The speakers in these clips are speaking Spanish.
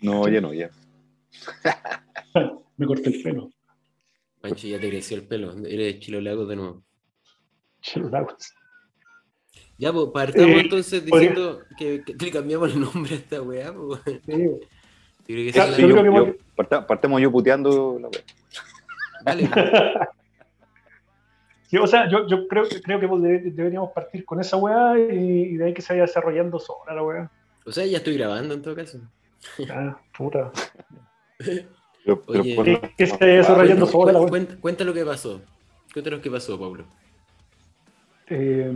No, ya no, ya. Me corté el pelo. Pancho ya te creció el pelo. Eres Chilo Lagos de nuevo. Chelo Lagos. Ya, pues, partamos Eh, entonces podría- diciendo que, que le cambiamos el nombre a esta weá, pues. weón. Sí, weón. Yo creo que Ya, esa es Sí, yo yo- la- creo que yo- voy- parta- partemos yo puteando la wea. Dale, weón. Sí, o sea, yo, yo creo, creo que debe- deberíamos partir con esa weá y, y de ahí que se vaya desarrollando sola la weá. O sea, ya estoy grabando en todo caso. Ah, puta. Pero- pero Oye. por- Sí, que se vaya desarrollando sola Cuenta- la cuen- weá. cuenta, cuenta lo que pasó. Cuenta lo que pasó, Pablo. Eh,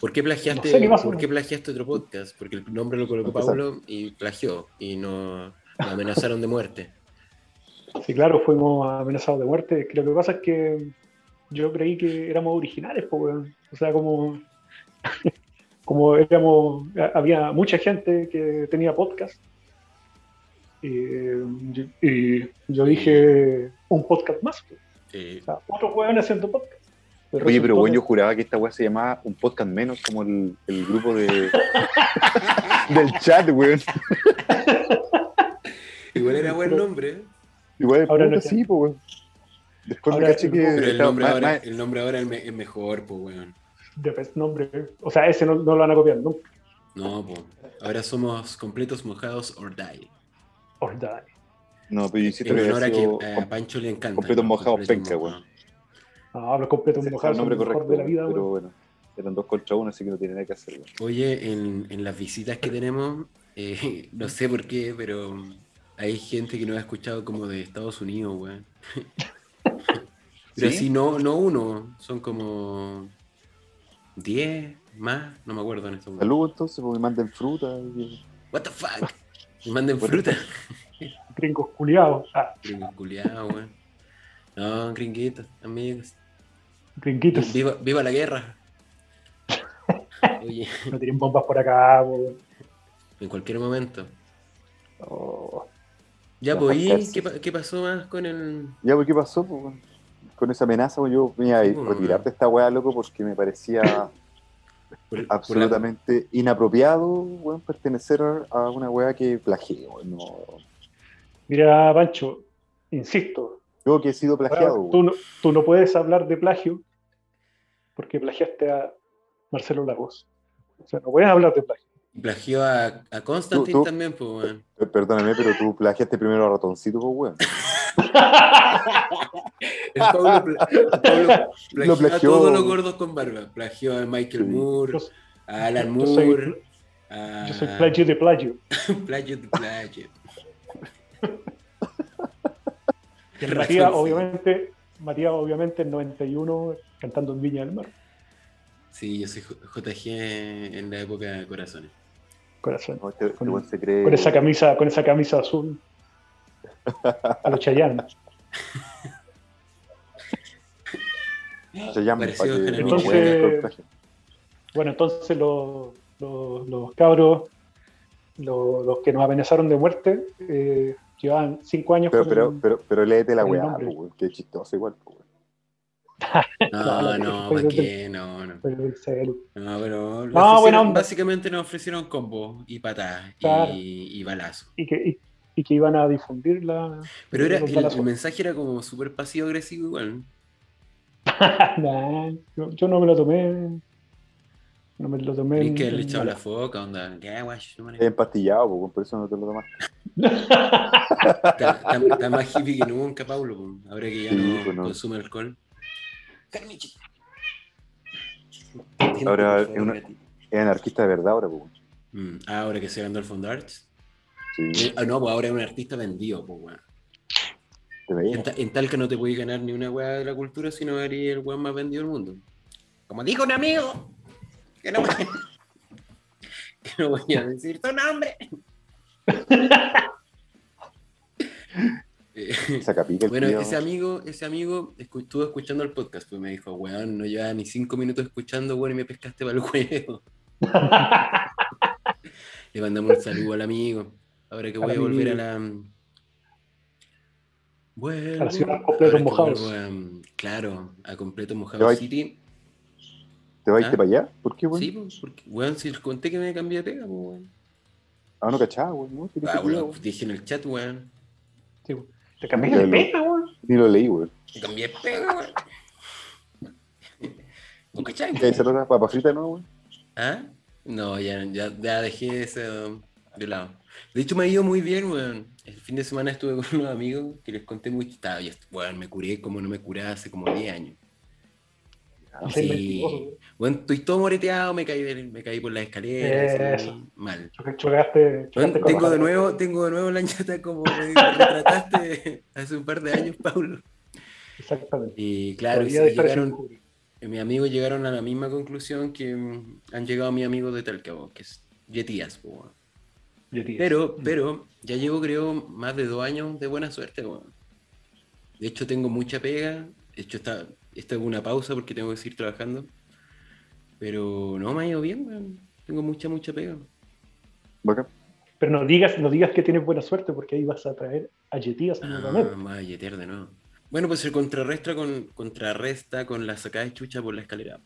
¿Por qué plagiaste, No sé qué pasó. ¿por qué plagiaste otro podcast? Porque el nombre lo colocó Empezar. Pablo y plagió y no lo amenazaron de muerte. sí, claro, fuimos amenazados de muerte. Que lo que pasa es que yo creí que éramos originales, po, weón. O sea, como, como éramos, ha- había mucha gente que tenía podcast. Eh, Y, y yo dije, un podcast más, po. Eh, O sea, otros weones haciendo podcast. Oye, pero resultó bueno, que- yo juraba que esta weá se llamaba un podcast menos como el, el grupo de del chat, weón. igual era buen nombre. Igual el Ahora punto no sé. sí, pues weón. Después Ahora me caché el que grupo. Pero el estaba nombre más- ahora, más- el nombre ahora es, me- es mejor, pues, weón. De pez nombre. O sea, ese no, no lo van a copiar nunca. No, pues. Ahora somos completos mojados or die. Or die. No, pero yo insisto En que honor había a que sido eh, a com- Pancho le encanta. completos ¿no? mojados Completos penca, mojados. No, hablo completo el un mojado. nombre son lo correcto, mejor de la vida, pero weón. bueno. Eran dos contra uno, así que no tiene nada que hacer. weón. Oye, en, en las visitas que tenemos, eh, no sé por qué, pero hay gente que nos ha escuchado como de Estados Unidos, weón. Pero ¿Sí? así no, no uno, son como 10 más, no me acuerdo en este momento. Saludos entonces, pues me manden fruta. y- What the fuck? Me manden What the fruta. Gringos culiados. Ah, Gringos culiados, weón. No, gringuitos, amigos. gringuitos. Viva, viva la guerra. Oye, No tienen bombas por acá, weón. en cualquier momento. Oh. Ya, Las pues, ¿y alcanzas. qué, pa- qué pasó más con el, Ya, pues, ¿qué pasó? pues, weón? con esa amenaza, weón, yo me iba a Sí, ir- pues, retirar de esta weá, loco, porque me parecía Por- por absolutamente inapropiado weón, pertenecer a una weá que plagié. weón, no. Mira, Pancho, insisto. Yo que he sido plagiado. ahora weón. tú, no, tú no puedes hablar de plagio porque plagiaste a Marcelo Lagos. O sea, no puedes hablar de plagio. la- plagió a, a Constantine Tú- tú- también, pues, weón. Eh, Perdóname, pero tú plagiaste primero a Ratoncito, pues, weón. El Pablo, pla- el Pablo plagió, Lo plagió. a todos los gordos con barba. Plagió a Michael Sí. Moore, a Alan yo soy- Moore, ah. a... Yo soy plagio de plagio. plagio de plagio. Qué Matías, razón, sí. obviamente, Matías, obviamente, en 91, cantando en Viña del Mar. Sí, yo soy J- JG en la época de corazones. Corazón. No, este- este Con- weón se cree. Con esa camisa, con esa camisa azul. A los Chayanne. Se llama Pareció para que no generoso. weón, es por plagio. Bueno, entonces los, los, los cabros, los, los que nos amenazaron de muerte, eh, llevaban cinco años Pero, con- pero, pero, pero léete la Con el weá, nombre. pues, weón, que chistoso igual. pues, weón. No, no, pero- ¿para qué? No, no. con el celu. No, pero le No, ofrecieron- buena onda. básicamente nos ofrecieron combo y patadas y- Claro. y, balazo. y, que, y, y que iban a difundir la... Pero era, los el, balazos. Mm, el mensaje era como súper pasivo agresivo igual. ¿no? Nah, yo, yo no me lo tomé. No me lo tomé. Tenés en- que haberle en echado la mala. foca, onda. ¿Qué, guay? No manejo. Es empastillado, pues, weón, por eso no te lo tomaste. Está, está- está más hippie que nunca, Pablo. po. Ahora que ya Sí, no, pues, no. consume alcohol. Carmichi. Ahora es una- Es anarquista de verdad ahora, pues. weón. Mm, ah, ahora que se ganó el Fondo Arts. Sí, Eh, ah, no, pues ahora es un artista vendido, pues, weón. te veía. En, ta- en tal que no te podéis ganar ni una weá de la cultura, sino eres el weón más vendido del mundo. Como dijo un amigo, que no voy a, que no voy a decir tu nombre. Eh, Esa capita, el bueno, culiao. ese amigo, ese amigo escu- estuvo escuchando el podcast, pues me dijo, weón, no llevaba ni cinco minutos escuchando, weón, y me pescaste para el juego. Le mandamos un saludo al amigo. Ahora que voy a Al volver a la. mm, Bueno, A la ciudad Completos Mojados. claro, a completo Yo mojado ahí- City. ¿Te vas a irte ¿Ah? para allá? ¿Por qué, weón? Sí, pues, porque, weón, si les conté que me cambié de pega, pues, weón. Ah, no cachaba, weón. No, tiene Ah, sentido, bueno, weón. dije en el chat, weón. Sí, weón. Te cambiaste de Claro. pena, weón. Ni lo leí, weón. Y Cambié el pega, weón. ¿No cachai? ¿Qué hay otra papa frita, no, weón? ¿Ah? No, ya, ya, ya dejé eso de lado. De hecho, me ha ido muy bien, weón. El fin de semana estuve con unos amigos que les conté mucho. Estaba, ya, weón, me curé como no me curaba hace como 10 años. Ah, soy Sí. mentiroso, weón. Bueno, estoy todo moreteado, me caí, del- me caí por las escaleras. Eso. así, mal. Choca- Chocaste, Bueno, chocaste con tengo la- de nuevo, tengo de nuevo la ñata como me retrataste hace un par de años, Pablo. Exactamente. Y claro, y Podría se estar sin llegaron, cubrir. eh, mis amigos llegaron a la misma conclusión que mm, han llegado mis amigos de Talcabo, que es Yetías, po, weón. Yo, tío. Pero, Mm. pero, ya llevo creo más de dos años de buena suerte, weón. De hecho, tengo mucha pega. De hecho, está, esta es una pausa porque tengo que seguir trabajando. Pero no me ha ido bien, weón. Tengo mucha, mucha pega. Bacán. Pero no digas, no digas que tienes buena suerte porque ahí vas a traer a Yetías Ah, nuevamente. me voy a yetear de nuevo. Bueno, pues se contrarresta con, contrarresta con la sacada de chucha por la escalera.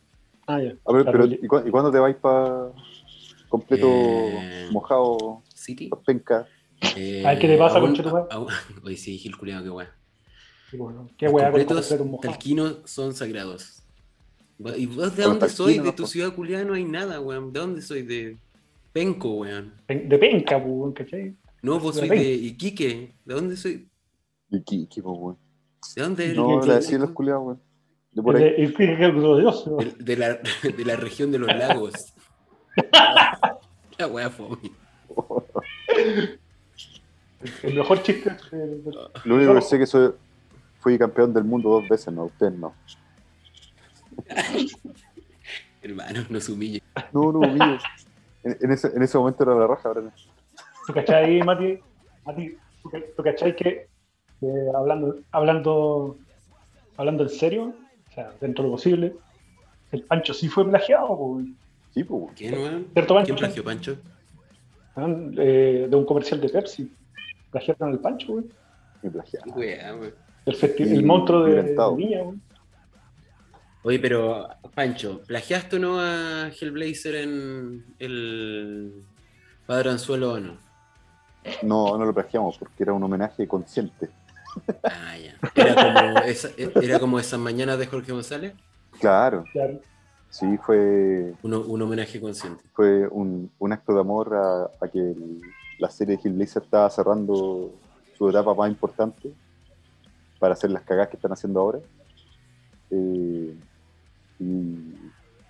Ah, ya. A ver, Claro, pero ye- ¿y, cu- y cuándo te vais para completo Eh. mojado, City. penca? Eh, Ay, ¿qué le pasa, aún- conchetumare? aún- Oye, sí, Gil culiao, qué weón. bueno, qué Los weá con completos completo un mojado. talquinos son sagrados. Va- ¿Y vos de Los dónde soy? talquinos, De tu pues. ciudad culiada no hay nada, weón. ¿De dónde soy? De Penco, weón. Pen- De penca, pues, weón, ¿cachai? No, vos De soy de Iquique. ¿De dónde soy? Y qué, qué, po, weón. ¿De dónde eres? No, Iquique, la Iquique. decían los culiados, weón. De por ahí. El- el- el- el glorioso. De, de la, de la región de los lagos. la weá fome. El mejor chiste. del- del- Lo único No. que sé que soy, fui campeón del mundo dos veces, no, usted no. Hermano, nos humille. No, no, mío. En, en ese, en ese momento era la raja, ¿verdad? ¿Tú cachai, Mati? Mati, ¿tú ca- ¿tú cachai que eh, hablando, hablando, hablando en serio, o sea, dentro de lo posible, el Pancho sí fue plagiado, pues, Sí, po, weón. ¿Quién, weón? ¿cierto, Pancho? ¿Quién plagió, Pancho? weón, eh, de un comercial de Pepsi. Plagiaron al Pancho, güey. Me plagiaron. Weá, weón. El, festi- Y el monstruo de, violentado. de niña, güey. Oye, pero, Pancho, ¿plagiaste o no a Hellblazer en el Padre Anzuelo o no? No, no lo plagiamos porque era un homenaje consciente. Ah, ya. Era como, esa- e, era como esas mañanas de Jorge González, Claro, Claro. sí, fue, uno- un homenaje consciente. fue un, un acto de amor a, a que el- la serie de Hellblazer estaba cerrando su etapa más importante para hacer las cagadas que están haciendo ahora. Eh, y, y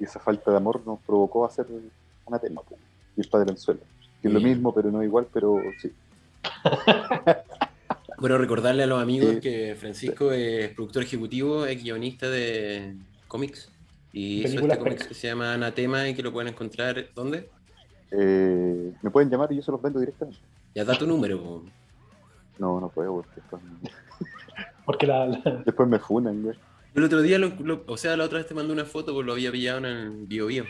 esa falta de amor nos provocó hacer pues, anatema po, y el padre anzuelo. Que es lo Bien. mismo, pero no igual, pero sí. Bueno, recordarle a los amigos Sí. que Francisco es productor ejecutivo, es guionista de cómics. Y hizo Películas este cómic pecas. que se llama Anatema y que lo pueden encontrar. ¿Dónde? Eh, Me pueden llamar y yo se los vendo directamente. Ya da tu número. po. No, no puedo, porque después, me- Porque la, la- después me funan, güey. El otro día, lo- lo- o sea, la otra vez te mandé una foto porque lo había pillado en el Bio Bio.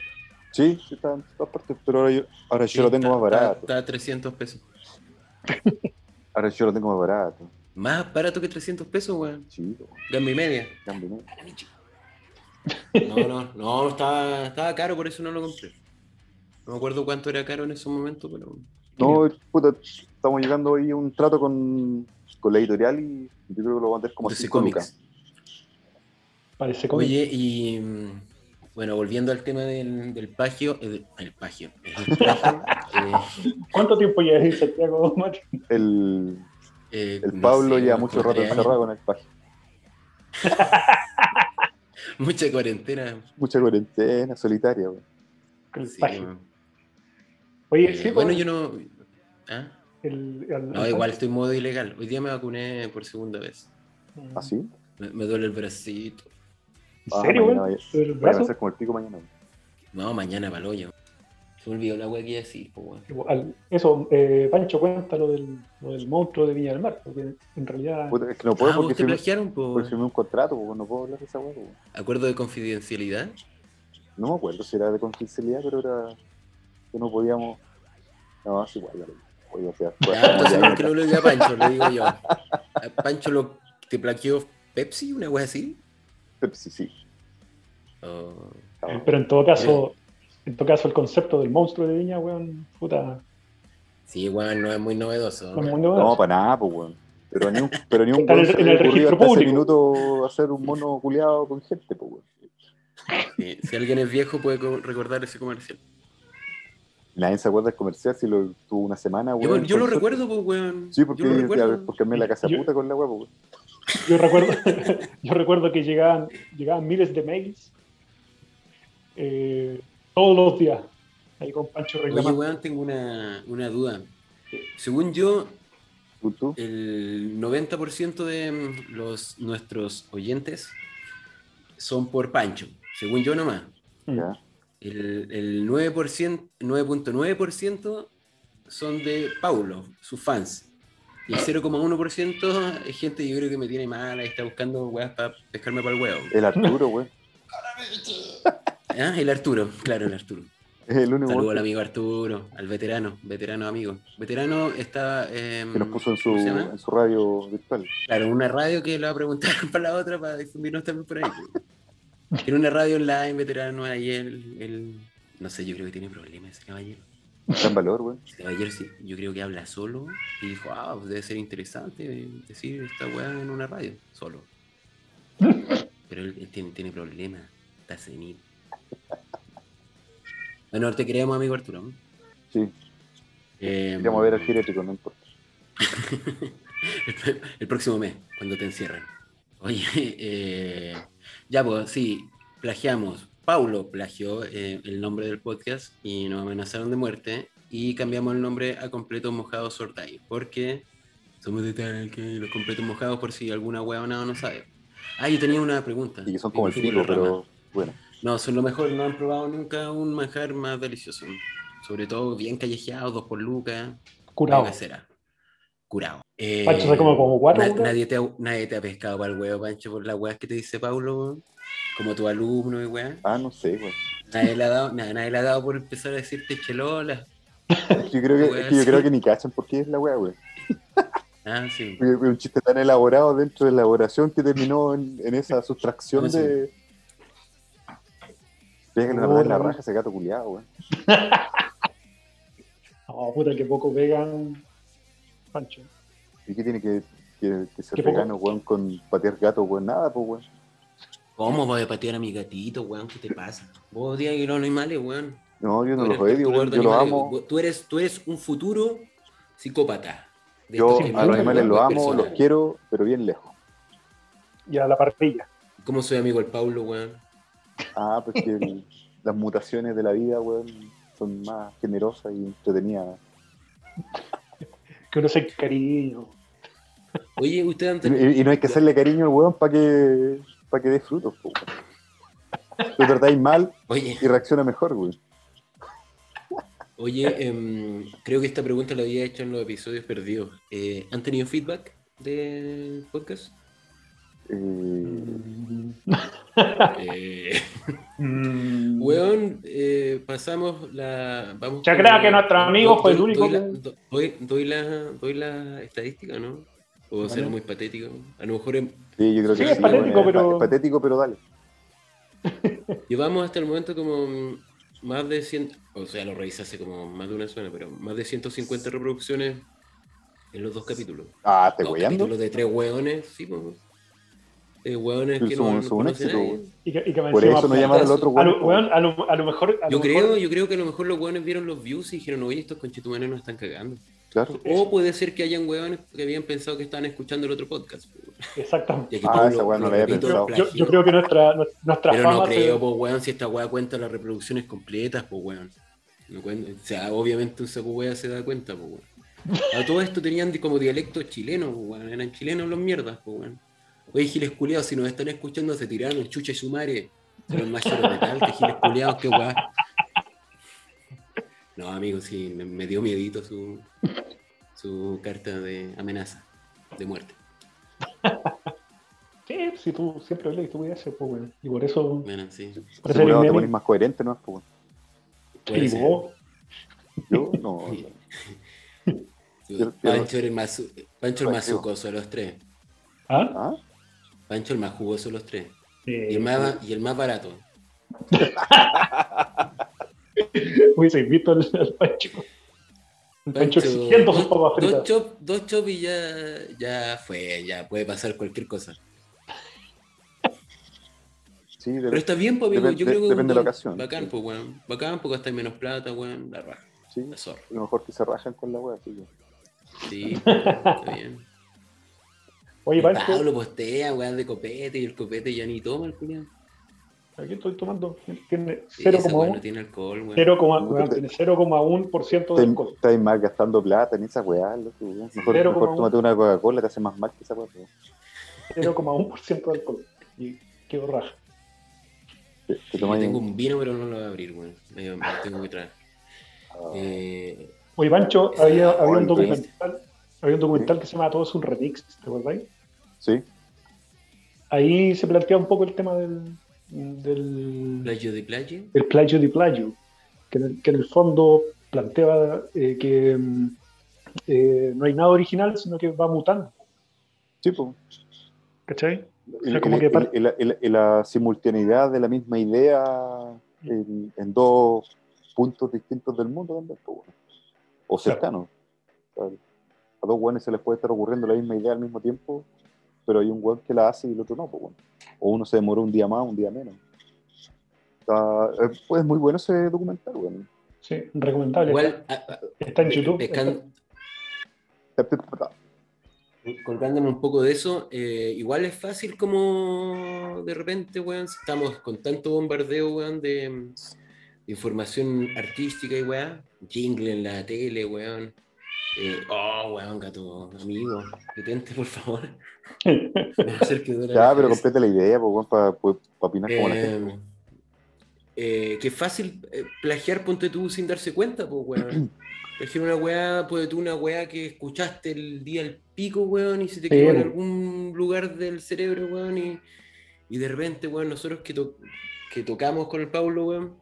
Sí, sí, está en todas partes, pero ahora yo, ahora yo Sí, lo tengo está- más barato. Está, está a 300 pesos. Ahora yo lo tengo más barato. Más barato que 300 pesos, weón. Chido, Gamba y media. cambio, ¿no? No, no, no, estaba, estaba caro, por eso no lo compré. No me acuerdo cuánto era caro en ese momento, pero. No, puta, estamos llegando ahí a un trato con, con la editorial y yo creo que lo van a tener como Entonces, 5 lucas. parece como. Oye, y mm, bueno, volviendo al tema del, del pagio, eh, el pagio, el plagio, eh, ¿Cuánto tiempo llevas en Santiago, Mati? El, eh, el no Pablo sé, lleva como mucho tres rato años. encerrado con el paje. Mucha cuarentena. Mucha cuarentena, solitaria, güey. Con el sí, paje. bueno. Oye, Eh, sí, bueno, pues, yo no. ¿ah? el- el- No, el- igual estoy en modo ilegal. Hoy día me vacuné por segunda vez. ¿Así? Me, me duele el bracito. ¿En serio, güey? Ah, mañana vaya- ¿El Voy a brazo? hacer como el pico mañana. güey. No, mañana para Se me olvidó la wea que iba a decir, po, weón. Al- Eso, eh, Pancho cuenta lo del, lo del monstruo de Viña del Mar, porque en realidad Puta, es que no puedo Ah, porque vos te firmé, plagiaron, po, porque firmé un contrato, güey, no puedo hablar de esa weá, güey. Acuerdo de confidencialidad. No me acuerdo si era de confidencialidad, pero era que no podíamos. No, es igual, dale. Oye, o sea, Ya, pues, entonces, ya, ¿por qué no le diga a Pancho? Le digo yo. ¿A Pancho lo, te plaqueó Pepsi, una wea así? Pepsi, sí. O- eh, estaba- Pero en todo caso, en todo caso el concepto del monstruo de Viña, weón, puta, Sí, igual no es muy novedoso. Los weón. mundos No, para nada, pues, weón. Pero ni un, pero ni un Está en weón el- se en le el ocurrió registro hasta ese público. minuto hacer un mono culeado con gente, pues, weón. Sí, Si alguien es viejo puede co- recordar ese comercial. Nadie se acuerda del comercial si lo tuvo una semana, Yo, weón. yo lo con- recuerdo, pues, weón. Sí, porque, yo lo ya, recuerdo. porque me la casa Yo- puta con la weá, pues, weón. Yo recuerdo, yo recuerdo que llegaban, llegaban miles de mails eh, todos los días. Ahí con Pancho Oye, reclamando. weón, tengo una, una duda. Según yo, ¿Tú, tú? el 90% de mm, los, nuestros oyentes son por Pancho, según yo nomás. Ya. El, el 9%, 9.9% son de Paulo, sus fans. Y el 0,1% es gente que yo creo que me tiene mala y está buscando weas para pescarme para el huevo. El Arturo, weón. Ah, El Arturo, claro, el Arturo. Es el único Saludos weón al amigo Arturo, al veterano, veterano amigo. Veterano está. eh, que nos puso en su, ¿cómo se llama? en su radio virtual. Claro, una radio que la va a preguntar para la otra para difundirnos también por ahí. Tiene una radio online, veterano, ahí el, el- No sé, yo creo que tiene problemas ese caballero. Gran valor, weón. Ese caballero sí, yo creo que habla solo y dijo, ah, pues debe ser interesante decir esta weá en una radio, solo. Pero él, él tiene, tiene problemas, está senil. Bueno, te creemos, amigo Arturo. ¿no? Sí, Eh, queríamos ver al girético, no importa. el, Este, el próximo mes, cuando te encierren. Oye, eh, ya pues, sí, plagiamos. Paulo plagió eh, el nombre del podcast y nos amenazaron de muerte y cambiamos el nombre a Completos Mojados Sortay, porque somos de tal que los completos mojados por si alguna huevona no sabe. Ah, yo tenía una pregunta. Y que son como el Me fui pico, por la rama. pero bueno. No, son lo mejor, no han probado nunca un manjar más delicioso. Sobre todo bien callejeado, dos por lucas. Mm, Curado. Una casera. Curado. Eh, Pancho se come como cuatro, na- weón. nadie, te ha, nadie te ha pescado para el huevo, Pancho, por las weas que te dice Paulo, weón. como tu alumno y weón. Ah, no sé, weón. Nadie le ha dado, na- nadie le ha dado por empezar a decirte chelola. Yo creo que, Weón, es que yo sí. creo que ni cachan por qué es la weá, weón. Ah, sí. Porque fue Un chiste tan elaborado dentro de la elaboración que terminó en, en esa sustracción No sé. de. Pégale una Oh, mano en la no. raja a ese gato culiado, weón. No, puta, que poco vegan. Pancho. ¿Y qué tiene que, que, que ser Qué poco- vegano, weón, con patear gato, weón? Nada, pues, weón. ¿Cómo voy a patear a mi gatito, weón? ¿Qué te pasa? Vos odias a los animales, weón. No, yo no Tú los eres odio, torturador weón. de Yo los animales, amo. weón. Tú eres, tú eres un futuro psicópata. De Yo estos que a los matan animales los otras amo, los personas. quiero, pero bien lejos. Y a la parrilla. ¿Cómo soy amigo el Paulo, weón? Ah, pues que el- las mutaciones de la vida, weón, son más generosas y entretenidas. Que uno se cariño. Oye, usted antes. Y, y no hay que hacerle cariño al weón para que, pa que dé frutos, po, weón. Lo tratáis mal Oye, y reacciona mejor, weón. oye em, creo que esta pregunta la había hecho en los episodios perdidos. Eh, ¿Han tenido feedback del podcast? Eh, Eh, Mm, weón, eh, pasamos la. Vamos Ya con creo la- que nuestro amigo fue el único Doy la, que- do- doy, doy la, doy la estadística, ¿no? O será Vale. muy patético. A lo mejor em- sí, yo creo Sí, que es sí, patético, weón, es pero- pa- es patético, pero dale. Llevamos hasta el momento como mm, más de 100, o sea, lo revisé hace como más de una semana, pero más de 150 reproducciones en los dos capítulos. Ah, ¿te Dos weyando? capítulos de tres hueones, sí, pues. De hueones Pero que son- no, no son un conocen a éxito, nadie. y que, y que me Por encima- eso no llamaron al otro a weón. lo, po, weón, a lo, a lo mejor. a Yo lo creo, mejor- yo creo que a lo mejor los hueones vieron los views y dijeron, oye, estos conchetumanos nos están cagando. pues, Claro. Eh, O puede ser que hayan hueones que habían pensado que estaban escuchando el otro podcast. po. Exactamente. Y aquí Ah, Pablo, esa hueá no lo la había repito, pensado. Yo, yo- yo plagió. creo que nuestra, nuestra Pero fama no se- creo, pues, weón, si esta weá cuenta las reproducciones completas, pues, weón. No cuen- o sea, obviamente un saco weá se da cuenta, pues, weón. A todo esto tenían di- como dialecto chileno, pues, weón. Eran chilenos los mierdas, pues, weón. Oye, giles culiados, si nos están escuchando, se tiraron el chucha y su madre. Son los más chorros de tal, que giles culiados, qué weá. No, amigo, sí, me, me dio miedito su, su carta de amenaza, de muerte. Sí, si tú siempre hablas y tú eso, pues, weón. Y por eso. Bueno, sí. por eso Seguro eres te meme. pones más coherente, ¿no? Po, weón. Puede Y ser. vos, Yo no. Yo- yo- Pancho, el más, Pancho el más Pancho. sucoso de los tres. ¿Ah? ¿Ah? Pancho el más jugoso de los tres. Y Eh, el más, y el más barato. hubiese visto al, al Pancho. Un Pancho exigiendo sus dos, papas dos, fritas. chop, dos chop y ya, ya fue, ya puede pasar cualquier cosa. Sí, de- Pero está bien, pues, amigo. Depende- Yo creo que depende de la weón, ocasión, Bacán, sí. pues, weón. Bacán, porque hasta hay menos plata, weón. La raja, sí, la zorra. a lo mejor que se rajan con la wea, así que- Sí, está bien. Oye, para esto, Pablo postea, weón, de copete y el copete ya ni toma el culiao. aquí estoy tomando. Tiene Sí, cero esa coma weón uno. no tiene alcohol, weón. Cero coma- No, weón, te- tiene 0,1% de Estáis alcohol. estáis más gastando plata en esa weá, loco. weón. Mejor, Cero mejor coma tómate una Coca-Cola, te hace más mal que esa weá. pues, weón. 0,1% de alcohol. Y qué raja. Te, te Yo tomáis tengo un- un vino, pero no lo voy a abrir, weón. Me lo tengo que traer. ah, Eh, Oye, Pancho, había, había Oye, un documental, había un documental que se llama Todo es un remix, ¿te acordáis? Sí, Ahí se plantea un poco el tema del, del, playo de playa. del plagio de plagio, que en el, que en el fondo plantea eh, que mm, eh, no hay nada original, sino que va mutando, sí, pues. ¿cachai? El- sea, como el- que el- par- el- el- el- la simultaneidad de la misma idea Mm. en, en dos puntos distintos del mundo también, pues, weón. o cercanos. O sea, A dos guanes se les puede estar ocurriendo la misma idea al mismo tiempo, pero hay un guan que la hace y el otro no, pues, weón. o uno se demoró un día más, un día menos. Está- eh, pues es muy bueno ese documental, weón. Sí, recomendable. Igual, a- está en YouTube. pescando- Está- colgándome un poco de eso, eh, igual es fácil como de repente, weón, si estamos con tanto bombardeo, weón, de, mm, de información artística y weón, jingle en la tele, weón. Eh, oh, weón, gato, amigo, detente, por favor. está- Me va a hacer que duela Ya, la pero cabeza. completa la idea, pues, para opinar como la Eh, gente. eh, que es fácil eh, plagiar, ponte tú, sin darse cuenta, pues, weón. Plagiar una weá, ponte tú una weá que escuchaste el día al pico, weón, y se Sí, te quedó en weón. algún lugar del cerebro, weón, y, y de repente, weón, nosotros que, to- que tocamos con el Paulo, weón,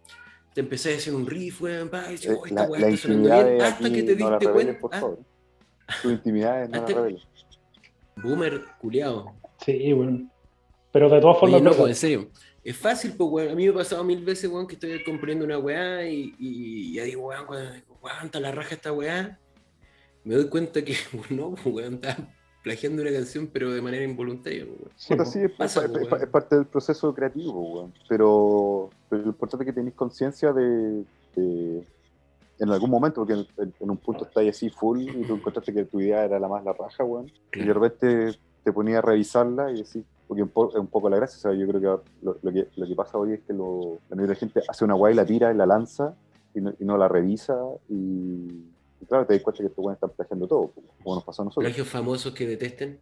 te empecé a decir un riff, weón, va, y dices, Eh, "Oh, esta La, weá la está sonando bien", intimidad de hasta que aquí te no la reveles, diste cuenta, por ah, favor. Tu intimidad no la hasta- reveles. "Ah, boomer, culeado. sí, bueno. Pero de todas formas, Oye, no, loco, pues, en serio. Es fácil, pues, weón. A mí me ha pasado mil veces, weón, que estoy comprendiendo una weá y, y ya digo, weón, cuando digo, weón, está la raja esta weá, me doy cuenta que, weón, no, pues, weón, está plagiando una canción, pero de manera involuntaria, pues, weón. sí, Puta, po. sí, es, Pasa, es- po, es- weón. es parte del proceso creativo, weón. Pero, pero lo importante es que tenéis conciencia de, de- En algún momento, porque en, en- en un punto estáis así full y tú encontraste que tu idea era la más la raja, weón. Y de repente te ponía a revisarla y decís. Porque un po- es un poco la gracia, o sea, yo creo que lo, lo que lo que pasa hoy es que lo- la mayoría de la gente hace una guay, la tira y la lanza y no, y no la revisa y, y claro, te das cuenta que estos weones están plagiando todo, como nos pasó a nosotros. Plagios famosos que detesten.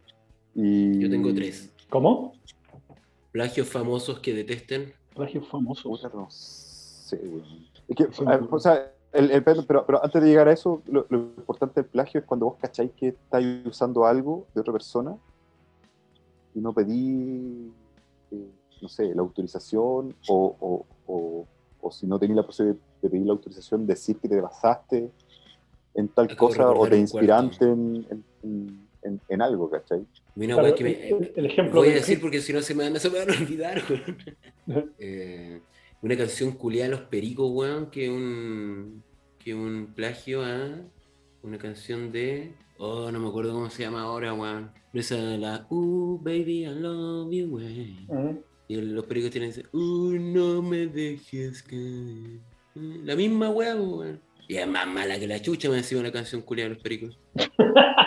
Y, Yo tengo tres. ¿Cómo? Plagios famosos que detesten. Plagio famoso. Puta, no sé, weón. Es que, Sí, a- no. o sea, el- el pedo- pero, pero antes de llegar a eso, lo, lo importante del plagio es cuando vos cacháis que estáis usando algo de otra persona y no pedí, eh, no sé, la autorización o, o- o- o si no tenéis la posibilidad de pedir la autorización, decir que te basaste en tal Acabo de cosa o recordar te un inspiraste en, en- en- en- en algo, ¿cachai? Mira, Claro, weón, que me, eh, el, el ejemplo voy a que- decir porque si no se me van, a- se me van a olvidar, weón. Eh, una canción culiada de los pericos, weón, que un, que un plagio a una canción de. Oh, no me acuerdo cómo se llama ahora, weón. Pero Esa de la. Uh, baby, I love you, weón. Ujú. Y el- los pericos tienen ese. Uh, no me dejes caer. La misma weón, weón. Y es más mala que la chucha, me decía una canción culiada de los pericos.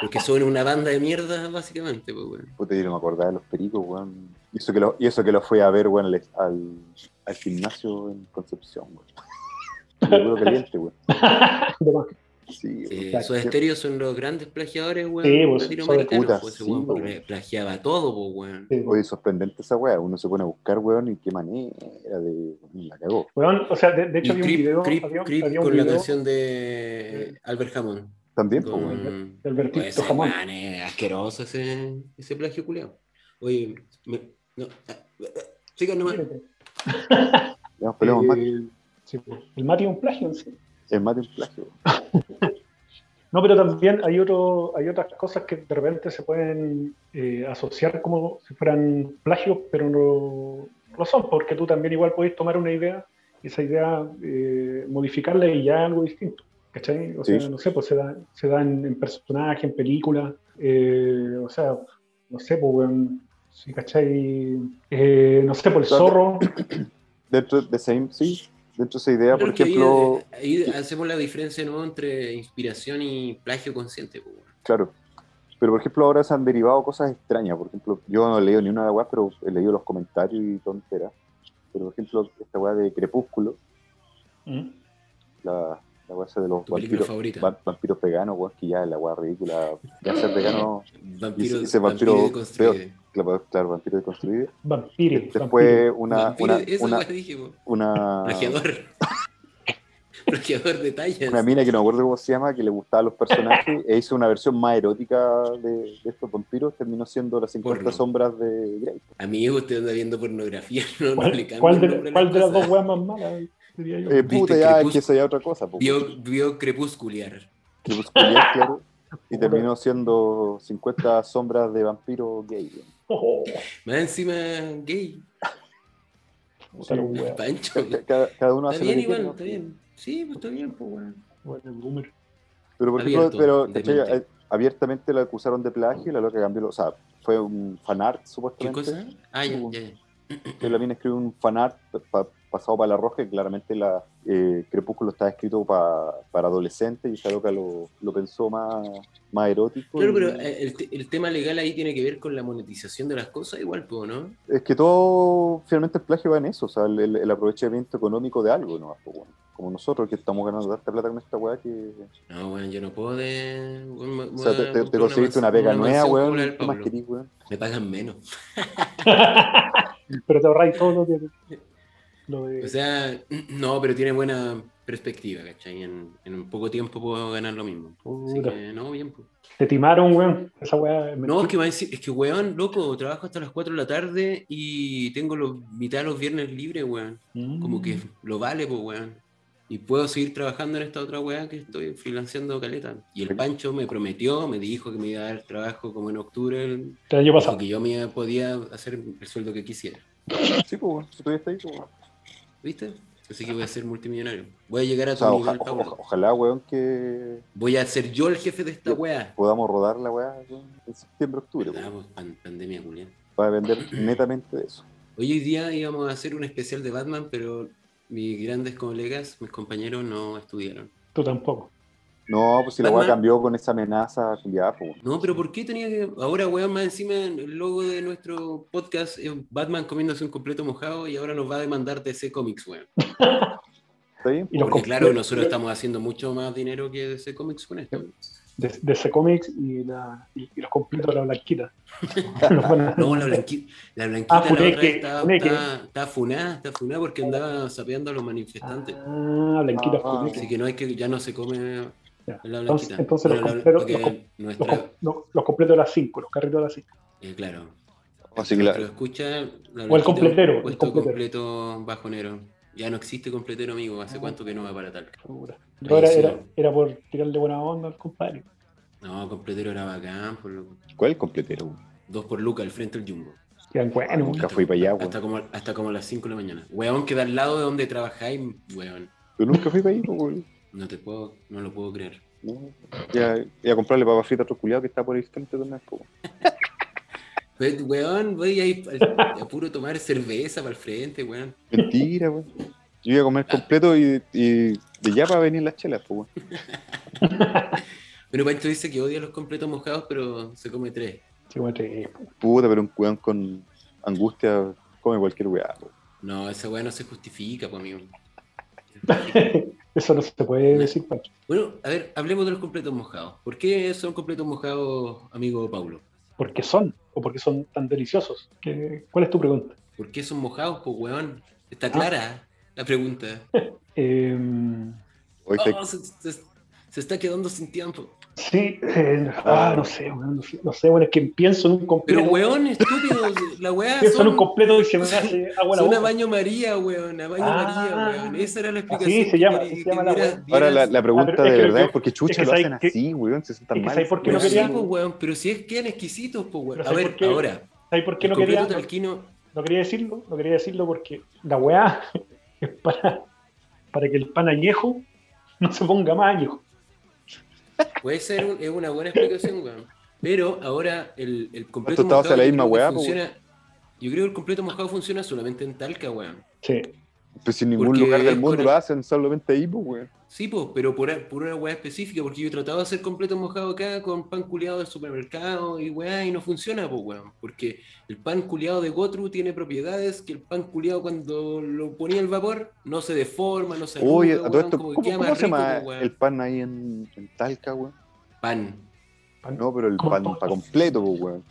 Porque son una banda de mierda, básicamente, pues, weón. Puta, yo no me acordaba de los pericos, weón. Y eso que lo, y eso que lo fui a ver, weón, al, al, al gimnasio en Concepción, weón. Me acuerdo caliente, weón. De más. Sí, weón. Eh, Exacto. Soda Stereo son los grandes plagiadores, weón. Sí, pues, latinoamericanos, Soda- pues, ese puta, weón sí, pues. plagiaba todo, pues, weón. Sí, po. Oye, sorprendente esa weá. Uno se pone a buscar, weón, y qué manera de. La cagó. Weón, o sea, de, de hecho Y había un Creep- video, Creep- había, Creep había un con la video canción de Albert Hammond. También, pues, weón. Con... de Albertito Pues, ese Jamón. weón es asqueroso ese, ese plagio culiao. Oye, me- no, ah, ah, sigan nomás. Ya nos peleamos más. Eh, sí, po. el Mati es un plagio en sí. Es más de un plagio. weón. No, pero también hay, otro, hay otras cosas que de repente se pueden eh, asociar como si fueran plagios, pero no no lo son, porque tú también igual podés tomar una idea, esa idea, eh, modificarla y ya algo distinto. ¿Cachai? O Sí. sea, no sé, pues se da, se da en, en personaje, en película. eh, o sea, no sé, pues, weón, sí, ¿cachai? Eh, no sé, por el Claro. zorro. Dentro de esa, sí, dentro de esa idea, por Creo que ahí- eh, ejemplo, ahí, hacemos la diferencia ¿no? entre inspiración y plagio consciente. pues, weón. claro. Pero por ejemplo, ahora se han derivado cosas extrañas. Por ejemplo, yo no he leído ni una de weas, pero he leído los comentarios y tonteras. Pero por ejemplo, esta wea de Crepúsculo, Mm. la, la wea esa de los Tu película vampiros, favorita. va- vampiros veganos, weón, que ya es la wea ridícula. Ya ser vegano, vampiro, y ese vampiro vampiro deconstruido. claro, claro vampiro deconstruido. Vampire. Después una, Vampiro, una, eso una, weón, dije, pues. po. una, plagiador. plagiador de tallas. una mina que no me acuerdo cómo se llama, que le gustaban los personajes, e hizo una versión más erótica de, de estos vampiros, terminó siendo las 50 Porno. sombras de Grey. Amigo, usted anda viendo pornografía, no, no le ¿Cuál, cambia cuál el nombre de, a cuál las de las cosas. dos weas más malas? Diría yo. Eh, ¿Viste puta, ya Crepúsculo? que eso ya es otra cosa, po. Vio, vio crepuscular. Crepuscular, claro, y terminó siendo 50 sombras de vampiro gay. weón. Oh, Más encima gay. puta la wea. Pancho. Ca- ca- Está Cada, cada uno Este, hace lo bien que quiere, igual, ¿no? está bien. Sí, pues está bien, pues weón. Bueno, el boomer. Pero, por ejemplo, Abierto, pero, de ¿cachai? Eh, mente. abiertamente la acusaron de plagio y la loca cambió, lo- o sea, fue un fanart, ¿Qué supuestamente. cosa? Ah, ya, ya, ya. que la mina escribió un fanart pa- pasado para la roja, que claramente la, eh, Crepúsculo estaba escrito pa- para adolescentes y esa loca lo, lo pensó más, más erótico. Claro, y- pero eh, el, te- el tema legal ahí tiene que ver con la monetización de las cosas, igual, po, ¿no? Es que todo, finalmente el plagio va en eso, o sea, el, el- el aprovechamiento económico de algo, ¿no? Pues, bueno, como nosotros que estamos ganando tanta plata con esta weá que... No, bueno, yo no puedo de. weón, me- O sea, voy te, te- a te comprar conseguiste una mansión- pega nueva, mansión como la weón. del ¿Qué más Pablo. querís, weón? Me pagan menos. Pero te ahorráis todo lo de. Lo de O sea, no, pero tiene buena perspectiva, ¿cachai? En, en poco tiempo puedo ganar lo mismo. Así puta. que, no, bien. po. Te timaron, weón. Esa wea. es No, mentira. es que, va a decir- es que, weón, loco, trabajo hasta las 4 de la tarde y tengo los, mitad de los viernes libres, weón. Mm. Como que lo vale, pues, weón. Y puedo seguir trabajando en esta otra weá que estoy freelanceando caleta. Y el Pancho me prometió, me dijo que me iba a dar trabajo como en octubre, el- El año pasado. porque yo me podía hacer el sueldo que quisiera. Sí, pues, weón, si todavía está ahí, pues, weón. ¿Viste? Así que voy a ser multimillonario. Voy a llegar a O tu sea, oja- nivel, Pablo. oja- ojalá, weón, que Voy a ser yo el jefe de esta weá. podamos rodar la weá weón, en septiembre, octubre, Ah, weón, pues, pan- pandemia, Julián. para vender netamente de eso. Hoy, hoy día íbamos a hacer un especial de Batman, pero mis grandes colegas, mis compañeros, no estudiaron. Tú tampoco. No, pues si la Batman. weá cambió con esa amenaza, ya, pues. weón. No, pero ¿por qué tenía que.? Ahora, weón, más encima el logo de nuestro podcast es Batman comiéndose un completo mojado y ahora nos va a demandar DC Comics, weón. ¿Está bien? Y los Porque, claro, completos nosotros estamos haciendo mucho más dinero que DC Comics con esto. De, de ese cómics y, la, y, y los completos de la blanquita. Los van a- No, la blanquita, la blanquita Ah, la funé otra que- está, funé que- está- está funada, está funada porque andaba sapeando a los manifestantes. Ah, blanquita. Ah, los Así que no hay que, ya no se come Ya. la Entonces- blanquita. entonces los Bueno, la- compleros- porque los com- nuestra, com- no, los completos de las 5, los carritos de las 5. eh, claro, Así que la- nuestro escucha, la O el blanquita, completero, el puesto completero. completo bajonero. Ya no existe completero, amigo. ¿Hace Ah. cuánto que no va para tal? Yo era, sí. era, era por tirarle buena onda al compadre. No, completero era bacán. Por lo- ¿Cuál completero? weón? dos por Luca, al frente del Jumbo. Que eran Ah, buenos, weón. Nunca fui para allá, weón. Hasta como, hasta como las 5 de la mañana. Weón, queda al lado de donde trabajáis, weón. Yo nunca fui para ahí, pues, weón. No te puedo, no lo puedo creer. No. Y a, y a comprarle papas fritas a otro culiado que está por el frente de una pues, weón. Ve- Pues, Weón, voy ahí al- a puro tomar cerveza para el frente, weón. Mentira, weón. Yo iba a comer completo y, y de ya para venir las chelas, pues, weón. Bueno, Pancho dice que odia los completos mojados, pero se come tres. Sí, weón, te- Puta, pero un weón con angustia come cualquier weá, pues. weón. No, esa weá no se justifica, pues, amigo. Eso no se puede decir, pues. Pancho. Bueno, a ver, hablemos de los completos mojados. ¿Por qué son completos mojados, amigo Paulo? Porque son, o porque son tan deliciosos. ¿Qué- ¿Cuál es tu pregunta? ¿Por qué son mojados, pues, weón? Ah. Está clara la pregunta. Pues Eh, Hoy está- Oh, se, se- se está quedando sin tiempo. sí, eh, ah, no sé, weón, no sé, no sé, weón, es que pienso en un completo. Pero, weón, estúpido, la weá pienso en son, un completo y se me hace agua la son a boca. baño María, weón, a baño Ah. María, weón. Esa era la explicación. Así se que llama, quería- así se llama la vieras- weá. Ahora la, vieras- la pregunta Ah, pero es de que verdad yo- es porque es chucha que lo sabes hacen que- así, weón, se sientan es que mal. sabes por qué Pero no sí, quería- pues, weón, pero si es que eran exquisitos, pues, weón. Pero A ¿sabes ver, por qué? ahora, ¿Sabes por qué el no quería, completo talquino, no quería decirlo? No quería decirlo porque la weá es para, para que el pan añejo No se ponga maño. Puede ser un- es una buena explicación, weón. Pero ahora el, el Esto completo estaba hacia la yo misma creo que weá, po, funciona. Yo creo que el completo mojado funciona solamente en Talca, weón. Sí. Pues si en ningún Porque lugar es del mundo con- lo hacen, solamente ahí, pues, weón. Sí, pues, pero por, a- por una weá específica, porque yo he tratado de hacer completo mojado acá con pan culiado del supermercado y weá, y no funciona, pues, weón. Porque el pan culiado de Gotru tiene propiedades que el pan culiado cuando lo ponía al vapor no se deforma, no se Oye, arruga, a todo weón, esto, como ¿cómo, que queda cómo más se rico, llama pues, weón. el pan ahí en, en Talca, weón? Pan. No, pero el Con pan papas. para completo, pues, weón.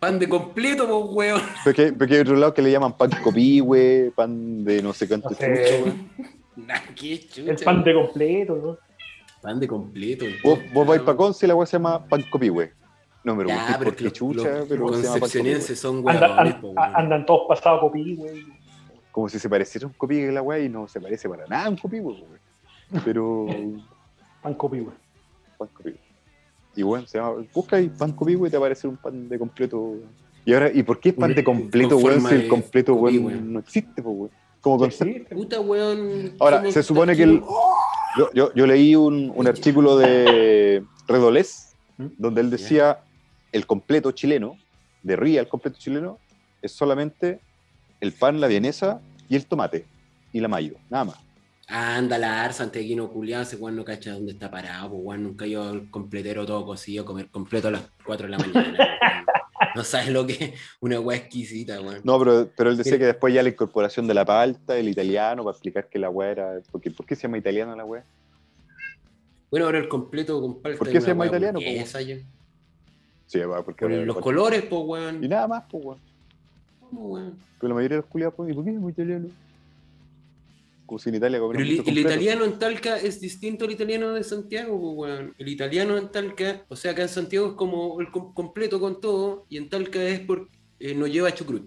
Pan de completo, pues, weón. Porque, porque hay otro lado que le llaman pan copí, weón, pan de no sé cuánto No chucha. sé, Nah, qué chucha, el pan de completo, ¿no? Pan de completo. el Vos, vos vais culiao. para Conce y la weá se llama pan copí, weón. No me preguntéis Ya, pero por es qué que los- chucha, los pero "Ah, se llama pan copí, weón. concepcionenses son Anda- huevones, an- po, a- weón. andan todos pasados copí, güey. como si se pareciera un copí que la weá y no se parece para nada a un copí, pues, weón. Pero Pan copí, güey. pan copí. Y bueno, se llama, busca y pan copí, weón, y te aparece un pan de completo. Y ahora, ¿y por qué es pan de Con completo, weón? forma Si el de completo, copí, weón, weón. no existe, pues, weón. Como concepto. Sí, Puta weón. Ahora, somos se supone que el- tantos- yo, yo- yo leí un, un artículo de Redolés, ¿Mm? donde él decía el completo chileno, de Ría, el completo chileno, es solamente el pan, la vienesa y el tomate y la mayo, nada más. Ah, anda la arsa, antequino culiado, ese weón no cacha dónde está parado, po, weón. Nunca yo al completero todo cocido, a comer completo a las 4 de la mañana. weón. No sabes lo que es una weá exquisita, weón. No, pero, pero él decía Sí. que después ya la incorporación de la palta, el italiano, para explicar que la weá era. Porque, ¿Por qué se llama italiano la weá? Bueno, ahora el completo con palta. ¿Por es qué una se llama weá italiano, po, burguesa, yo. Sí, va, porque Por ahora- los colores, pues, Y weón. nada más, pues, weón. No, weón. Pero la mayoría de los culiados, pues, ¿y por qué es muy italiano? Como si en Italia Pero comieran el, mucho el completo. italiano en Talca es distinto al italiano de Santiago, po, weón. El italiano en Talca, o sea, acá en Santiago es como el com- completo con todo, y en Talca es porque no lleva chucrut.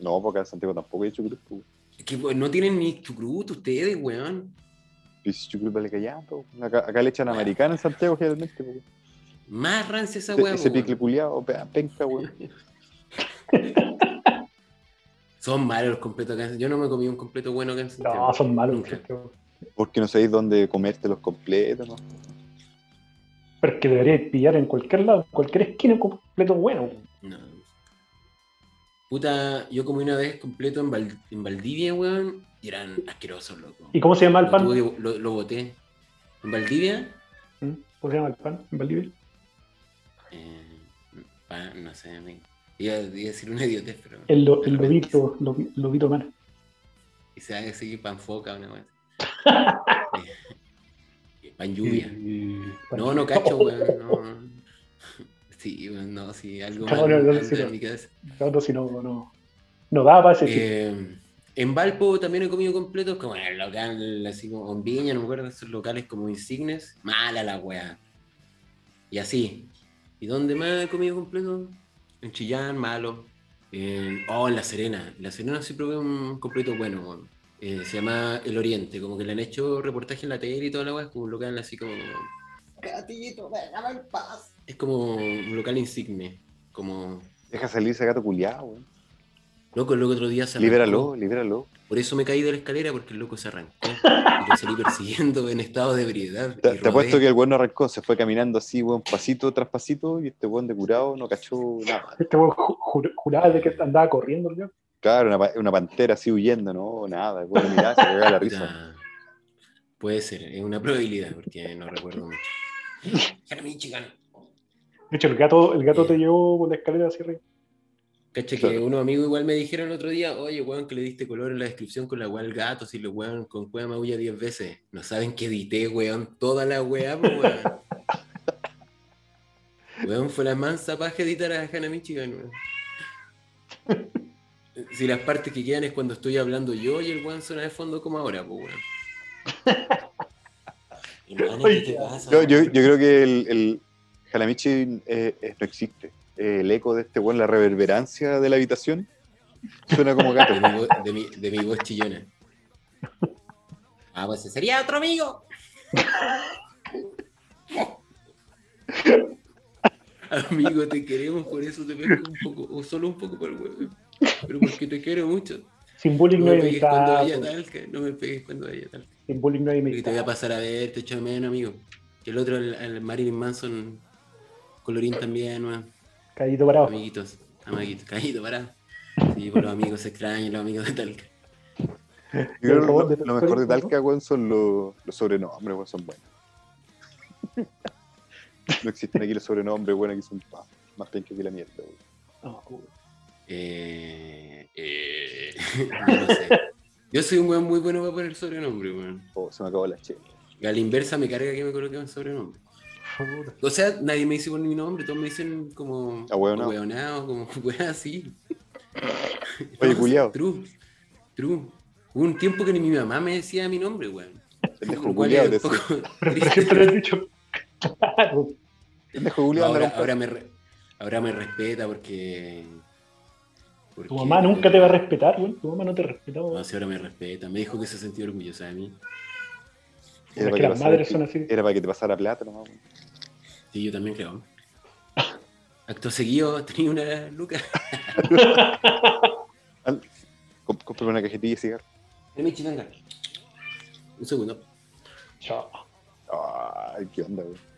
No, porque en Santiago tampoco hay chucrut, pues. Es que weón, no tienen ni chucrut ustedes, weón. Dice chucrut vale callado, po. pues, Acá, acá le echan americana en Santiago generalmente, po. Más rancia esa Ese- weá, Ese po, picle weón. culiado, penca, weón. Son malos los completos acá. en- Yo no me comí un completo bueno acá en Santiago. No, son malos. Nunca. ¿cierto? Porque no sabéis dónde comértelos completos, ¿no? Pero es que deberíais pillar en cualquier lado, en cualquier esquina un completo bueno. güey. No. Puta, yo comí una vez completo en, Val- en Valdivia, weón, y eran asquerosos, loco. ¿Y cómo se llama el Lo, pan? tuve que- lo- lo boté. En Valdivia, ¿Mm? ¿Cómo se llama el pan en Valdivia? eh, pa- no sé, me- iba, iba a decir una idiotez, pero. El, lo- el lobito, lobi- lobito man. Y se va a decir pan foca, una weón. pan lluvia. Eh, No, no cacho, weón. No. Sí, weón, no, sí, algo No, mal no, no, anda sí, en no. mi cabeza. No, no, si no, no. No daba para ese chiste. Eh, en Valpo también he comido completos, como en el local, así como en Viña, no me acuerdo, esos locales como insignes. Mala la weá. Y así. ¿Y dónde más he comido completo? En Chillán, malo. En- oh, en La Serena. En La Serena sí probé un completo bueno, weón. Eh, se llama El Oriente, como que le han hecho reportaje en la tele y toda la weá, es como un local así como. Es como un local insigne. Como. Deja salir ese gato culiado, weón. Loco, el otro día se arrancó. Libéralo, libéralo. Por eso me caí de la escalera, porque el loco se arrancó. Y lo salí persiguiendo en estado de ebriedad. Te, y te rodé. apuesto que el weón no arrancó, se fue caminando así, weón, pasito tras pasito, y este weón de curado no cachó nada. Este weón ju- jur- juraba de que andaba corriendo, ¿no? Claro, una, pa- una pantera así huyendo, no, nada. El weón miraba, se cagaba la risa. Puta, Puede ser, es una probabilidad, porque no recuerdo mucho. Era Michigan. De hecho, el gato, el gato Eh. te llevó por la escalera hacia arriba. Cacha que Claro. unos amigos igual me dijeron el otro día, oye, weón, que le diste color en la descripción con la weá al gato, si lo weón con cueva maulla 10 veces. No saben que edité, weón, toda la weá, po, weón. Weón, fue la mansa paja editar a Hannah Michigan, weón. Si las partes que quedan es cuando estoy hablando yo y el weón suena de fondo como ahora, pues weón. Hermano, ¿qué te pasa, Yo, yo, weón? yo creo que el, el Jalamichi eh, eh, no existe. Eh, el eco de este weón, la reverberancia de la habitación, suena como gato. De mi, vo- de, mi, de mi voz chillona. Ah, pues ese sería otro amigo. Amigo, te queremos, por eso te pego un poco, o solo un poco por el huevo. Pero porque te quiero mucho. Sin bullying No no me hay pegues cuando amistad. vaya po. Talca, no me pegues cuando vaya Talca. Sin bullying no hay Porque te voy a amistad. pasar a ver, te echo de menos, amigo. Y el otro, el, el Marilyn Manson, colorín también, weón. Caído parado. Amiguitos, amiguitos, caído, pará. Sí, por los amigos extraños, los amigos de Talca. Yo creo que robot lo, de lo mejor de Talca, ¿no? Talca, weón, son los, los sobrenombres, weón, son buenos. No existen aquí los sobrenombres, weón, aquí son pa, más penca que la mierda, weón. No, po. Eh, eh, no sé. Yo soy un weón muy bueno para poner sobrenombre, weón. Oh, se me acabó la chela. A la inversa me carga que me coloque un sobrenombre. Puta. O sea, nadie me dice por mi nombre, todos me dicen como Ahueonao. ahueonao, como weón así. Oye, No, culiao. True, true. Hubo un tiempo que ni mi mamá me decía mi nombre, weón. Pendejo Lo cual es culiado, un te decía. poco Pero triste. siempre lo he dicho. Claro. Pendejo culiado, ahora, anda con ahora me re- ahora me respeta porque, Tu mamá nunca te va a respetar, güey. Tu mamá no te respeta, güey. No, sí, ahora me respeta. Me dijo que se sentía orgullosa de mí. Era Es para que que las pasara madres pi- son así. Era para que te pasara plata nomás, weón. Sí, yo también creo. Acto seguido tenía una luca. Al- comp- Compré una cajetilla de cigarro. Dame chilanga. Un segundo. Chao. Ay, qué onda, weón.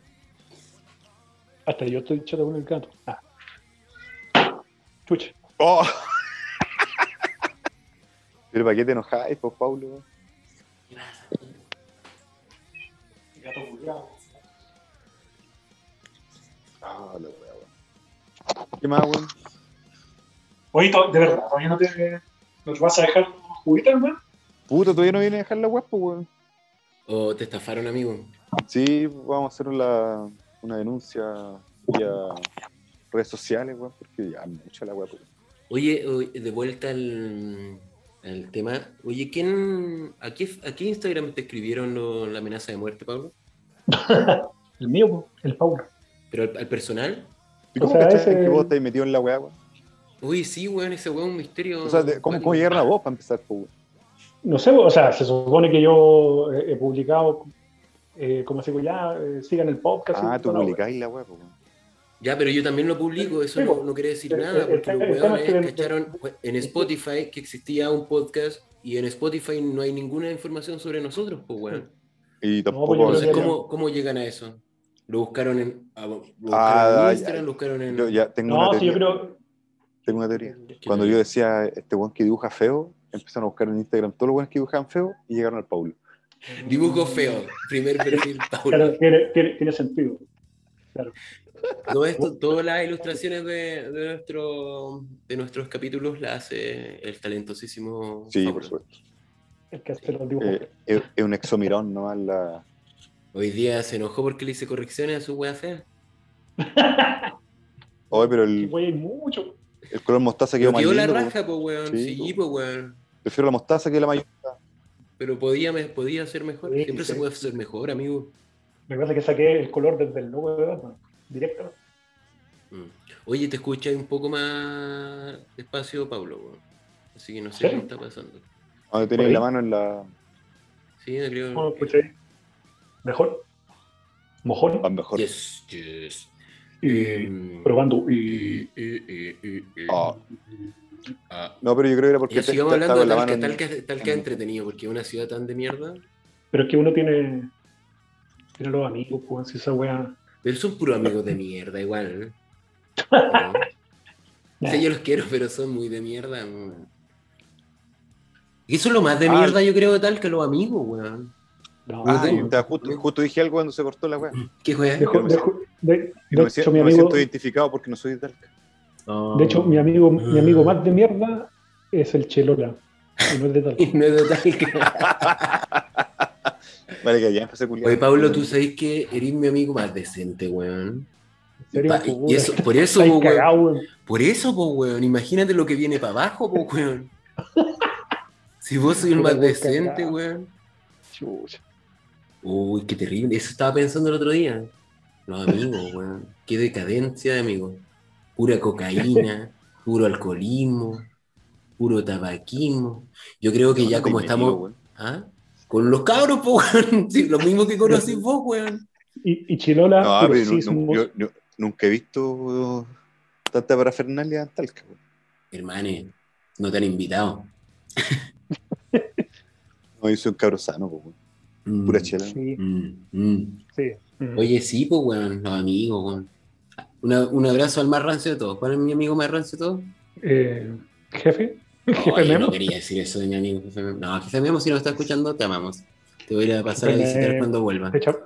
Hasta yo estoy chato con el gato. Ah. Chucha. Oh. Pero para qué te enojáis, pues, Pablo, weón. ¿Qué pasa? Gato culiado. Ah, la weá, weón. ¿Qué más, weón? Oito, de verdad, todavía no te, no te vas a dejar juguetas, güey. Puta, todavía no viene a dejar la weá, pues, weón. O te estafaron, amigo. Sí, vamos a hacer la- una denuncia vía redes sociales, weón, porque ya me echa la weá. pues. Oye, oye, de vuelta al, al tema. Oye, ¿quién, a, qué, ¿a qué Instagram te escribieron lo- la amenaza de muerte, Pablo? El mío, po, el Paulo. ¿Pero al, al personal? ¿Y O cómo sea, cachai ese- que vos estás metido en la weá, weón? Uy, sí, weón, ese weón es un misterio. O sea, de- ¿cómo, ¿cómo llegaron a vos para empezar, pues, weón? No sé, o sea, se supone que yo eh, he publicado, eh, como se ya, eh, sigan el podcast. Ah, y tú toda la wea. publicáis la weá, pues, weón. Ya, pero yo también lo publico, eso Sí, no, pues. no quiere decir El- nada, el- porque el- los el tema es que weones el- cacharon en Spotify que existía un podcast y en Spotify no hay ninguna información sobre nosotros, pues weón. Y tampoco. pues yo creo Entonces, ya- ¿cómo, cómo llegan a eso? Lo buscaron en, ah, lo buscaron Ah, en ya, Instagram, ya. lo buscaron en. yo ya tengo una No, sí, teoría. yo creo. Tengo una teoría. ¿Qué Cuando tal? yo decía, este weón que dibuja feo, empezaron a buscar en Instagram todos los weones que dibujaban feo y llegaron al Paulo. Dibujo feo, primer perfil, Claro, Paulo. tiene, tiene, tiene sentido. Todo esto, todas las ilustraciones de, de, nuestro, de nuestros capítulos las hace el talentosísimo. Sí, Paulo. por supuesto. El que hace los dibujos. Eh, Es es un exomirón nomás la. Hoy día se enojó porque le hice correcciones a su wea fea. Oye, pero Que, el, güey, hay mucho. el color mostaza quedó Pero más quedó la lindo. weón. raja, pues, weón. Sí, Sí, po. pues, weón. Prefiero la mostaza que la mayonesa. Pero podía, me- podía ser mejor. Sí, Siempre sí. se puede hacer mejor, amigo. Lo que pasa es que saqué el color desde el logo de Batman. Directo. Mm. Oye, te escuchas un poco más despacio, Pablo, weón. Así que no sé ¿Sí? qué está pasando. Donde Por tenéis ahí. la mano en la. Sí, yo creo. ¿Cómo lo escuché? pues Mejor. Mojón. Ah, mejor. Yes, yes. Y Mm. probando. Eh, Y. eh, eh, eh, eh. Ah. Ah. No, pero yo creo que era porque Ya te- sigamos te- estaba hablando de con la Talca, mano en- Talca, Talca es entretenido, porque es una ciudad tan de mierda. Pero es que uno tiene. Tiene los amigos, pues, si esa wea. Pero son puros amigos de mierda, igual. ¿no? O sea, yo los quiero, pero son muy de mierda. weón. Y eso es lo más de Ah. mierda, yo creo, de Talca, los amigos, weón. No, Ah, no. o sea, justo, justo dije algo cuando se cortó la weá. ¿Qué juega? Dejo- Yo me dejo- de, Y No de me, hecho, siento, mi no me amigo, siento identificado porque no soy de Talca. No. de hecho, mi amigo, mi Ah. amigo más de mierda es el Chelola. Y no es de tal. Y no es de Talca. Vale, que ya empecé a culiar. Oye, Pablo, tú sabes que eres mi amigo más decente, weón. En serio, Pa- y puta, eso, por eso, estáis po, weón. cagado, weón. Por eso, po, weón, imagínate lo que viene para abajo, po, weón. Si vos sois el Puta, más weón, decente, cagado. weón. Chucha. Uy, qué terrible. Eso estaba pensando el otro día. Los amigos, weón. Qué decadencia de amigos. Pura cocaína, puro alcoholismo, puro tabaquismo. Yo creo que ya como estamos. ¿Ah? Con los cabros, po, weón. Sí, lo mismo que conocís vos, weón. Y, y Chelola, No, puro pero nu- sismo. nu- yo, yo nunca he visto weón, tanta parafernalia en Talca. weón. Hermane, no te han invitado. No, yo soy un cabro sano, po, weón. Mm, pura chela. Sí, mm, mm. sí. Mm. Oye, sí, pues, weón, los amigos, weón. Una- un abrazo al más rancio de todos. ¿Cuál es mi amigo más rancio de todos? Eh, jefe, No, jefe yo no Memo. quería decir eso de mi amigo jefe Memo. No, jefe Memo, si nos está escuchando, te amamos. Te voy a ir a pasar a Jefe visitar Memo. cuando vuelva. Te echa-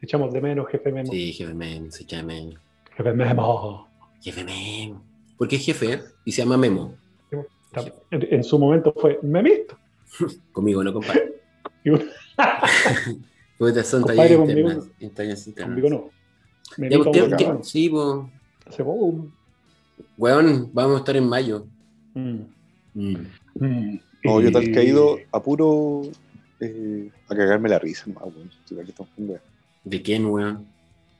te echamos de menos, jefe Memo. Sí, jefe Memo, se llama Memo. Jefe Memo. Jefe Memo. Porque es jefe ¿eh? y se llama Memo. Está- En, en su momento fue Memito. Conmigo, no compadre. Y un- Porque son Compadre, talleres conmigo internas. en talleres internas. Conmigo no. Ya, Memito pues, Conmigo ¿qué- no, qué- cabrón. sí, pues. hace poco. un- Weón, vamos a estar en mayo. Mm. Mm. Mm. No, yo tal Y- caído a puro eh, a cagarme la risa, más, weón. Si la que estamos haciendo, weón. ¿De quién, weón?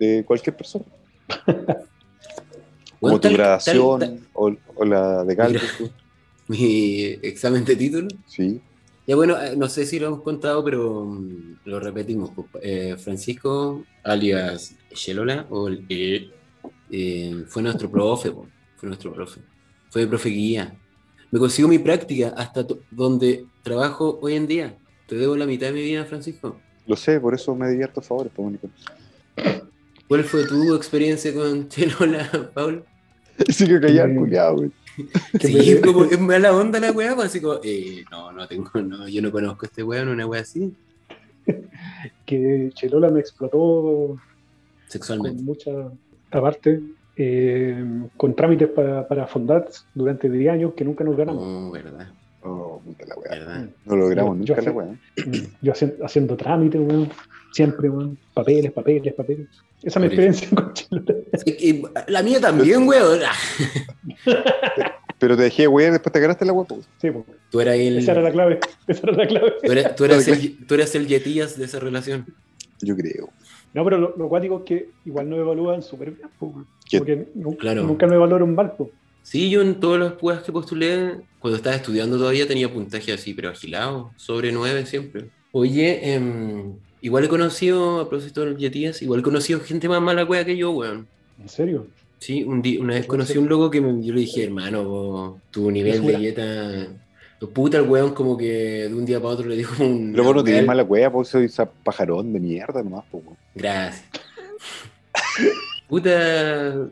De cualquier persona. Weón, Como tu tal- graduación tal- o, o la de tal- Carlos. mira, mi examen de título. Sí. Ya bueno, eh, no sé si lo hemos contado, pero mm, lo repetimos. compa- eh, Francisco, alias Shelola, o el- eh, eh, fue nuestro profe, po, fue nuestro profe. Fue el profe guía. Me consiguió mi práctica hasta to- donde trabajo hoy en día. Te debo la mitad de mi vida, Francisco. Lo sé, por eso me di hartos favores, pues, Mónico. ¿Cuál fue tu experiencia con Shelola, Paul? Sí que callar, pues, Mm. culiado, güey. Qué Sí, pena. como, es mala onda la weá, pues así como, eh, no, no tengo, no, yo no conozco a este weón, una weá así, que Chelola me explotó sexualmente. con mucha aparte eh, con trámites para, para fondar durante 10 años que nunca nos ganamos. No, verdad, Oh, puta la weá. verdad. No logramos Yo- yo nunca la fui- weá. Oh. Yo haciendo, haciendo trámites, weón, siempre, weón, papeles, papeles, papeles. Esa es mi Por eso. experiencia con Chelola. Es que la mía también, weón. Ah, Pero te dejé weá y después te ganaste la weá, pues. Sí, po. Tú eras el, esa era la clave, esa era la clave. tú eras, tú eras el, tú eras el yetías de esa relación. Yo creo. No, pero lo, lo cuático es que igual no me evalúan súper bien, po, weón. ¿Qué? porque nu- Claro. nunca me evaluaron mal, po. Sí, yo en todas las pruebas que postulé, cuando estaba estudiando todavía tenía puntaje así, pero agilado, sobre 9 siempre. Oye, em, igual he conocido, a propósito del yetías, igual he conocido gente más mala wea que yo, weón. en serio. Sí, un di- una vez Puede conocí ser. un loco que me, yo le dije, hermano, vos, tu nivel de Mesura. dieta. Puta, el weón como que de un día para otro le dijo un. Pero vos no tenés weón, mala weá, vos soy esa pajarón de mierda nomás, pues, weón. Gracias. Puta.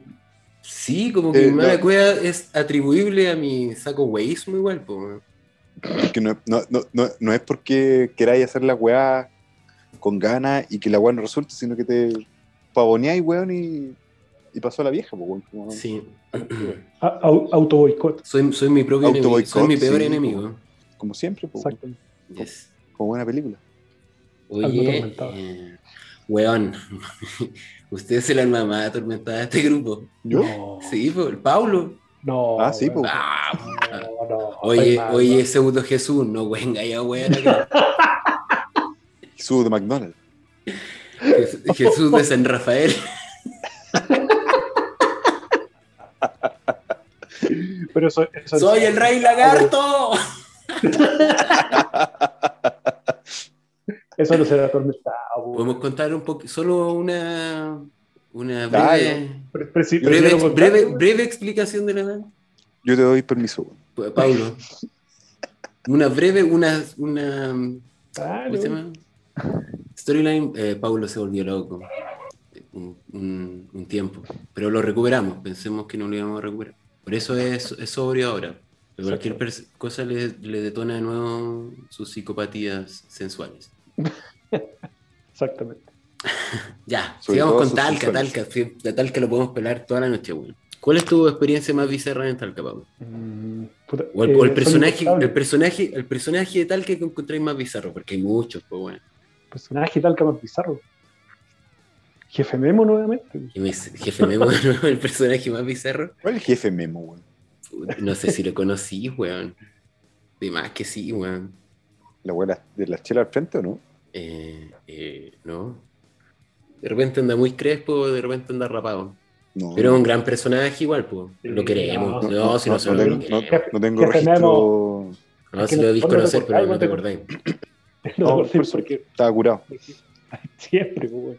Sí, como que Eh, mi mala no. cueva es atribuible a mi saco weísmo igual, po. weón. que no, no, no, no, no es porque queráis hacer la weá con ganas y que la weá no resulte, sino que te pavoneáis, weón, y, y pasó a la vieja, pues, weón. como- Sí. A- au- Auto boicot, Soy, soy mi propio enemigo. Autoboicot, Soy mi peor sí, enemigo. Como siempre, pues, exacto. po. Yes. como buena película. Algo Oye, atormentado. eh, weón, usted es el alma más atormentada de este grupo. ¿Yo? No, Sí, po, el Paulo. no, Ah, sí, weón. po. Ah, No, no, estoy oye, mal, oye, weón. pseudo Jesús, no venga ya, weón. acá. Subo de McDonald's. Jes- Jesús de San Rafael. Pero eso- eso- ¡Soy el rey lagarto! Eso no será atormentado. weón. Podemos contar un poco, solo una, una Dale. breve, Pre- pre- si- breve, prefiero ex- contar, breve- weón. breve explicación de la edad. Yo te doy permiso, weón. Pa- Pablo. Una breve, una, una Claro. ¿cómo se llama? Storyline, eh, Pablo se volvió loco un, un- un tiempo, pero lo recuperamos, pensemos que no lo íbamos a recuperar. Por eso es, es sobrio ahora. Pero cualquier pers- cosa le, le detona de nuevo sus psicopatías sensuales. Exactamente. Ya, Sobre sigamos todo con sus Talca, sensuales. Talca. sí, De Talca lo podemos pelar toda la noche, weón. ¿Cuál es tu experiencia más bizarra en Talca, Pablo? Mm, puta, O el, eh, o el son personaje, incontables. el personaje, el personaje de Talca que encontráis más bizarro, porque hay muchos, pues bueno. personaje tal que más bizarro. Jefe Memo nuevamente. Y me dice, Jefe Memo, ¿no? el personaje más bizarro. ¿Cuál es el jefe Memo, weón? No sé si lo conocí, weón. De más que sí, weón. ¿La weá de la chela al frente o no? Eh, eh, no. De repente anda muy crespo, de repente anda rapado. No. Pero es un gran personaje igual, pues. Lo queremos. No, No, si no, se lo tengo, queremos. no- no tengo Jefe registro. No, Es que si lo no- debís no te conocer, pero acordáis, no te no acordáis. No, No, por por- porque Estaba curado. siempre, weón.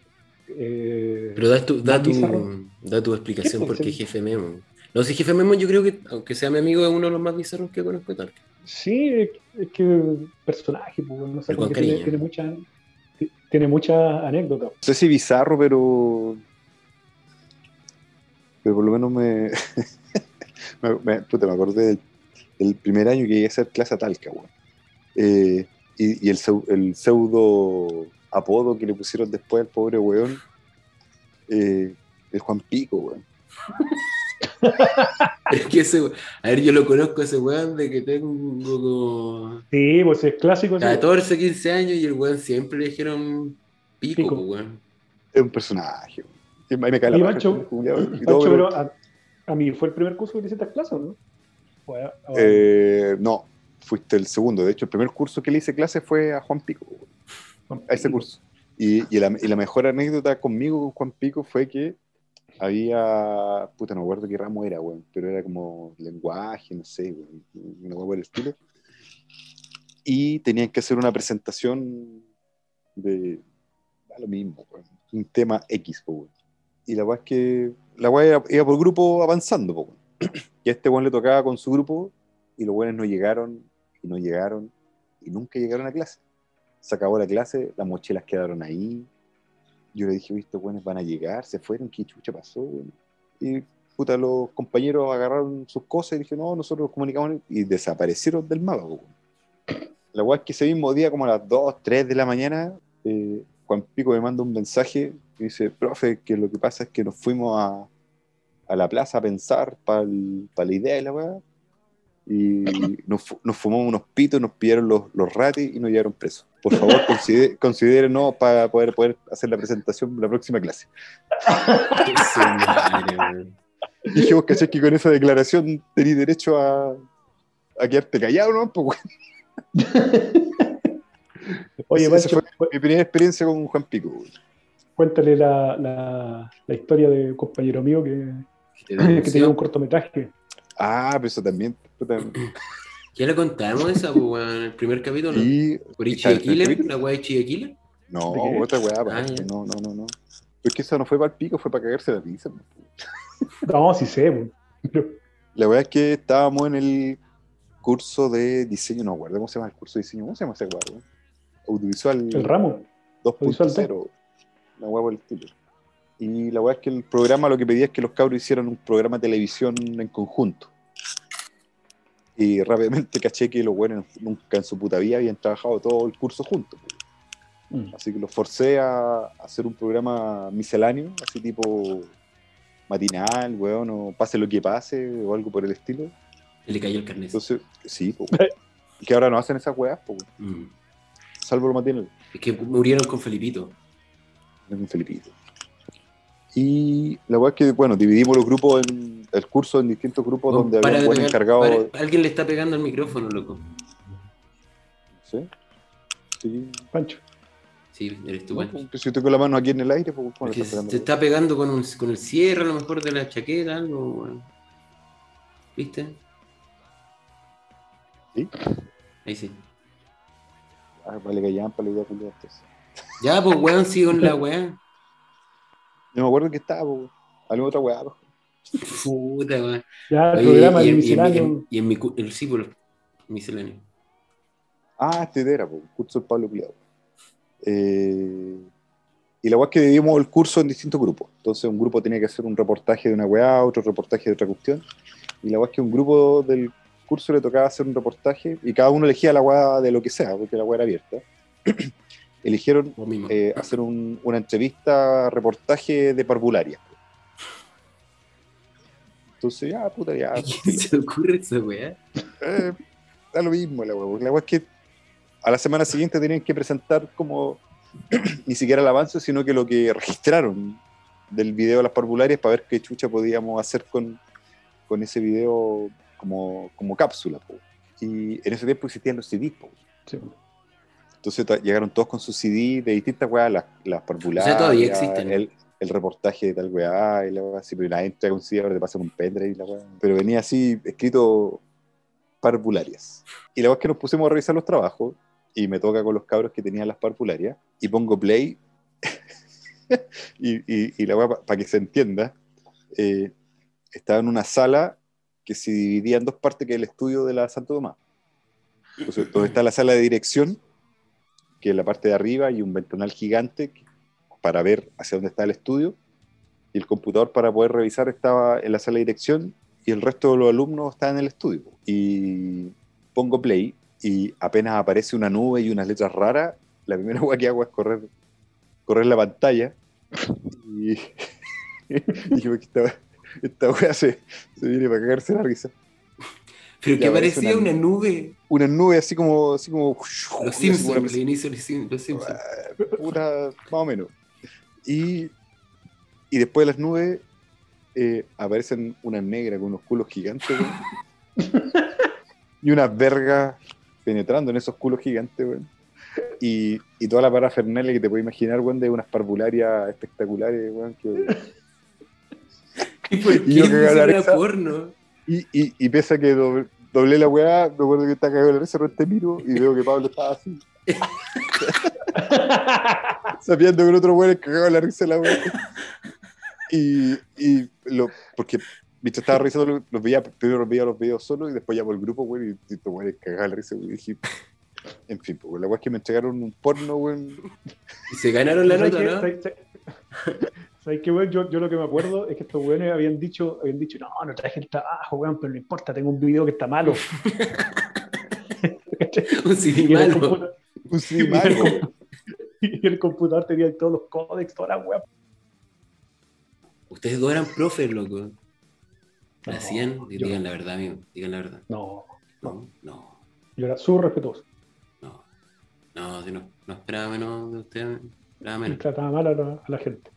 Eh, Pero da tu, da Más tu, bizarro. da tu explicación Sí, pues, por qué sí. Jefe Memo. No, si Jefe Memo yo creo que, aunque sea mi amigo, es uno de los más bizarros que conozco. Tal. Sí, es es que personaje, pues, no sé, El como Juan que tiene, Cariño. tiene mucha tiene muchas anécdotas. No sé si bizarro, pero. Pero por lo menos me. me, me- puta, me acordé del, del primer año que llegué a hacer clase a Talca, weón. Eh, y y el, seu- el pseudo apodo que le pusieron después al pobre weón. eh, el Juan Pico, weón. Es que ese, we- a ver, yo lo conozco a ese weón de que tengo como Sí, pues es clásico. sí. 14, 15 años y el weón siempre le dijeron pico, Pico. po, weón. Es un personaje, weón. Y ahí me cae la Oye, raja, Pancho, culiao, y todo, Pancho, pero- pero a, a mí fue el primer curso que le hiciste clase, ¿o ¿no? Bueno, ahora- Eh, no, fuiste el segundo. De hecho, el primer curso que le hice clase fue a Juan Pico, a ese curso. Y, y la, y la mejor anécdota conmigo con Juan Pico fue que había, puta, no me acuerdo qué ramo era, weón, pero era como lenguaje, no sé, weón, una weá por el estilo. Y tenían que hacer una presentación de, da lo mismo, weón, un tema X, po, weón. Y la weá es que, la weá era- iba por grupo avanzando, po, weón. Y a este weón le tocaba con su grupo y los weones no llegaron, y no llegaron, y nunca llegaron a clase. Se acabó la clase, las mochilas quedaron ahí. Yo le dije, visto, weones van a llegar, se fueron, qué chucha pasó, weón?". Y puta, los compañeros agarraron sus cosas y dije, no, nosotros nos comunicamos y desaparecieron del mapa, weón. La weá es que ese mismo día, como a las 2, 3 de la mañana, eh, Juan Pico me manda un mensaje y dice, profe, que lo que pasa es que nos fuimos a, a la plaza a pensar para la idea de la weá. Y nos, fu- nos fumamos unos pitos, nos pillaron los, los ratis y nos llevaron presos. Por favor, considere- considérenos para poder, poder hacer la presentación la próxima clase. Su madre, weón. Dije, vos cachés que con esa declaración tenés derecho a, a quedarte callado, ¿no? Pues, weón. Oye, Esa- esa Pancho, cu- Mi primera experiencia con Juan Pico. weón. cuéntale la, la, la historia de un compañero mío que, que Te tenía un denunció. cortometraje. Ah, pero eso también. puta. Ya le contamos esa, po, weón, en el primer capítulo. Y Por está el Ichiaquila, capítulo. la weá de Ichiaquila. No, ¿De qué? otra weá, pa. Ah, ya. no, no, no, no. Es que eso no fue para el pico, fue para cagarse la pues. pizza. po. No, sí sé, pues. pero La verdad es que estábamos en el curso de diseño, no me acuerdo cómo se llama el curso de diseño, ¿cómo se llama ese weá? weón? Audiovisual el ramo. 2.0, una weá por el estilo. Y la weá es que el programa lo que pedía es que los cabros hicieran un programa de televisión en conjunto. Y rápidamente caché que los weones nunca en su puta vida habían trabajado todo el curso juntos. Mm. Así que los forcé a hacer un programa misceláneo, así tipo matinal, weón, o pase lo que pase, o algo por el estilo. Y le cayó el carnet. Entonces, sí, po, weón. Y que ahora no hacen esas weas, po, weón. Mm. salvo lo matinal, Es que murieron con Felipito. un Felipito. Y la wea es que, bueno, dividimos los grupos, en, el curso en distintos grupos Weón, donde había un buen pegar- encargado. Oh, para- alguien le está pegando el micrófono, loco. ¿sí? Sí. Pancho. Sí, eres tú, No, weón. pues, si estoy con la mano aquí en el aire, pues, bueno, Es que está pegando. se está pegando con, un- con el cierre, a lo mejor, de la chaqueta, algo, weón. ¿Viste? Sí. Ahí sí. Ah, vale, callan, para la idea, culiao, entonces. Ya, pues, weón, sigo en la weá. Yo me acuerdo que estaba, po, weón. alguna otra wea, po. Puta, weón. Ya, el Oye, programa del y, en- y en- misceláneo. en- y en mi cu- el sí, pues, por el misceláneo. Ah, este era, po, el curso del Pablo Culeado. Eh, y la weá es que dividimos el curso en distintos grupos. Entonces, un grupo tenía que hacer un reportaje de una weá, otro reportaje de otra cuestión. Y la weá es que un grupo del curso le tocaba hacer un reportaje y cada uno elegía la weá de lo que sea, porque la weá era abierta. Eligieron Vos mismo. eh, hacer un- una entrevista, reportaje de parvularia. Entonces, ya, puta, ya. ¿A filo. quién se le ocurre esa weá? Eh, da lo mismo la hueá, porque la hueá es que a la semana siguiente tenían que presentar como ni siquiera el avance, sino que lo que registraron del video de las parvularias para ver qué chucha podíamos hacer con, con ese video como, como cápsula. po. Y en ese tiempo existían los CDs. po. Sí. Entonces ta- llegaron todos con sus CD de distintas weas, las, las parvularias. todavía existen. El, el reportaje de tal weá, y la weá así, pero nadie entra con CD, ahora te pasan un pendrive y la weá. Pero venía así escrito parvularias. Y la weá es que nos pusimos a revisar los trabajos, y me toca con los cabros que tenían las parvularias, y pongo play, y, y- y la weá, para que se entienda, eh, estaba en una sala que se dividía en dos partes, que es el estudio de la Santo Tomás Entonces, donde está la sala de dirección, que es la parte de arriba, y un ventanal gigante para ver hacia dónde está el estudio. Y el computador para poder revisar estaba en la sala de dirección y el resto de los alumnos está en el estudio. Y pongo play y apenas aparece una nube y unas letras raras, la primera cosa que hago es correr, correr la pantalla. Y, y yo, esta, esta wea se, se viene para cagarse la risa. Pero Ya, que parece parecía una una nube. Una nube así como... Así como Los así como Simpsons, el inicio de los Sim- los Simpsons. Ah, puta, más o menos. Y, y después de las nubes eh, aparecen unas negras con unos culos gigantes, weón. y unas vergas penetrando en esos culos gigantes, weón. Y, y toda la parafernalia que te puedes imaginar, weón, de unas parvularias espectaculares, weón, que- ¿Y por qué yo que eso ganar era esa- porno? Y, y, y pese a que doble- doblé la weá, me acuerdo que estaba cagado de la risa, pero te miro y veo que Pablo estaba así, sabiendo que el otro weón es cagado de la risa de la weá. Y, y lo, porque mientras estaba risando, lo- los veía, primero los veía los videos solo y después llamo al grupo, weón, y estos weones cagados de la risa, weón. Y dije, en fin, pues, weón, la weá es que me entregaron un porno, weón. Y se ganaron la ¿Sabes nota, qué? ¿no? ¿Sabes- sabes- ¿Sabes qué, weón? Yo, yo lo que me acuerdo es que estos weones habían dicho, habían dicho, no, no traje el trabajo, weón, pero no importa, tengo un video que está malo. Un CD Y en el malo. computa- Un sí, mal, weón. y el computador tenía todos los códex, todas las weas. Ustedes dos eran profes, loco. No, Hacían, yo- digan la verdad, amigo. Digan la verdad. No, No, no, yo era súper respetuoso. no. No, si no, no esperaba menos de ustedes. Esperaba Y menos. trataba mal a la, a la gente.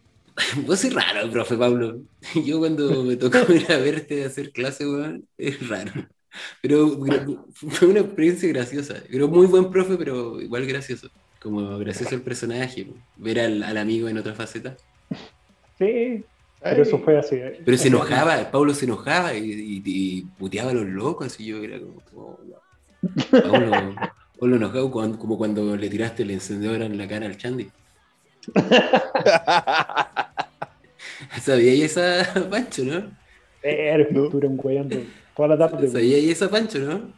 Vos sois raro, profe Pablo. Yo cuando me tocó ir a verte a hacer clase, weón, es raro. Pero gra- fue una experiencia graciosa. Era muy buen profe, pero igual gracioso. Como gracioso el personaje, ver al, al amigo en otra faceta. Sí, pero eso fue así. eh. Pero se enojaba, Pablo se enojaba y, y- y puteaba a los locos. Y yo era como, oh, no. Pablo, Pablo enojado, cuan- como cuando le tiraste el encendedor en la cara al Chandy. ¿Sabía esa, Pancho, no? Pero ¿No? estuvieron weyando toda la tarde. weón. ¿Sabía esa, Pancho, no?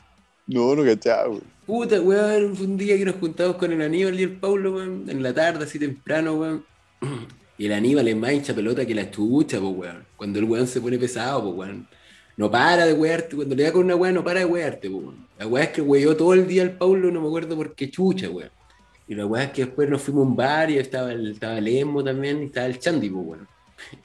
No, no cachaba, weón. Puta, weón, fue un día que nos juntamos con el Aníbal y el Paulo, weón, en la tarde, así temprano, weón. Y el Aníbal es más hincha pelota que la chucha, pues, weón. Cuando el weón se pone pesado, pues, weón. No para de wearte, cuando le da con una weón, no para de wearte, pues, weón. La weá es que weyó todo el día al Paulo, no me acuerdo por qué chucha, weón. Y la weá es que después nos fuimos a un bar y estaba el, estaba el Emo también y estaba el Chandy, pues, weón.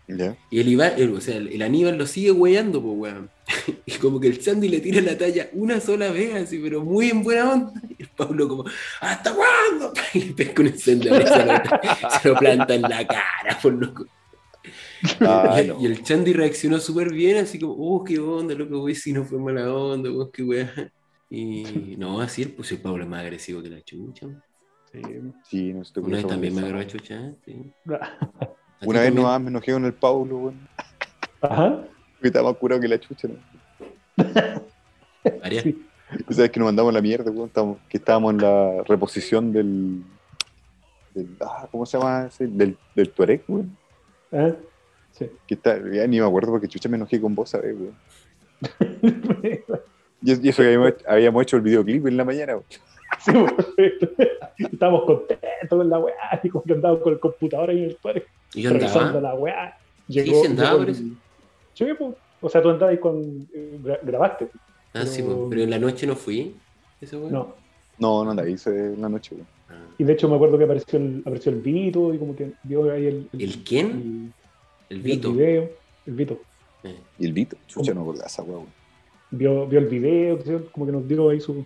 Ya. Y el, Iba- el- o sea, el, el Aníbal lo sigue weyando, pues, weón. Y como que el Sandy le tira la talla una sola vez, así, pero muy en buena onda. Y el Pablo como, ¿hasta cuándo? Y le pesca un encendedor y se lo, se lo planta en la cara, por loco. Ah, y, no. y el Chandy reaccionó súper bien, así como, oh, qué onda, loco, güey, si no fue mala onda, vos, qué weá. Y no, así el, pues el Pablo es más agresivo que la chucha. weón. Sí. Sí, no, este Una vez culiao también me estaba agarró a pesado. chucha. ¿eh? Sí. ¿A ti Una vez también? nomás me enojé con el Paulo, weón. Ajá. Que estaba más curado que la chucha, ¿no? Varias. Tú sabes que nos mandamos la mierda, weón, estábamos- que estábamos en la reposición del. del- ah, ¿Cómo se llama ese? Del, del Tuareg, weón. ¿Eh? Sí. Que está, ya ni me acuerdo porque chucha me enojé con vos, ¿sabes, weón? Y, es- y eso que habíamos, habíamos hecho el videoclip en la mañana, weón. Sí, weón. Estábamos contentos con la weá, y como que andábamos con el computador ahí en el parque, Y yo revisando la andaba. weá. Sí, se andaba, llegó parece. el- Sí, pues. O sea, tú andabas ahí con. eh, gra- grabaste. Ah, sí, Pero- po, pero en la noche no fui. Eso, weón. No. No, no, la hice en la noche, weón. Ah. Y de hecho me acuerdo que apareció el, apareció el Vito y como que vio ahí el. ¿El quién? el- El el Vito. video. El Vito. Eh, Y el Vito, chucha, no acordaba esa weá, weón. vio, vio el video, qué sé yo, como que nos dio ahí su...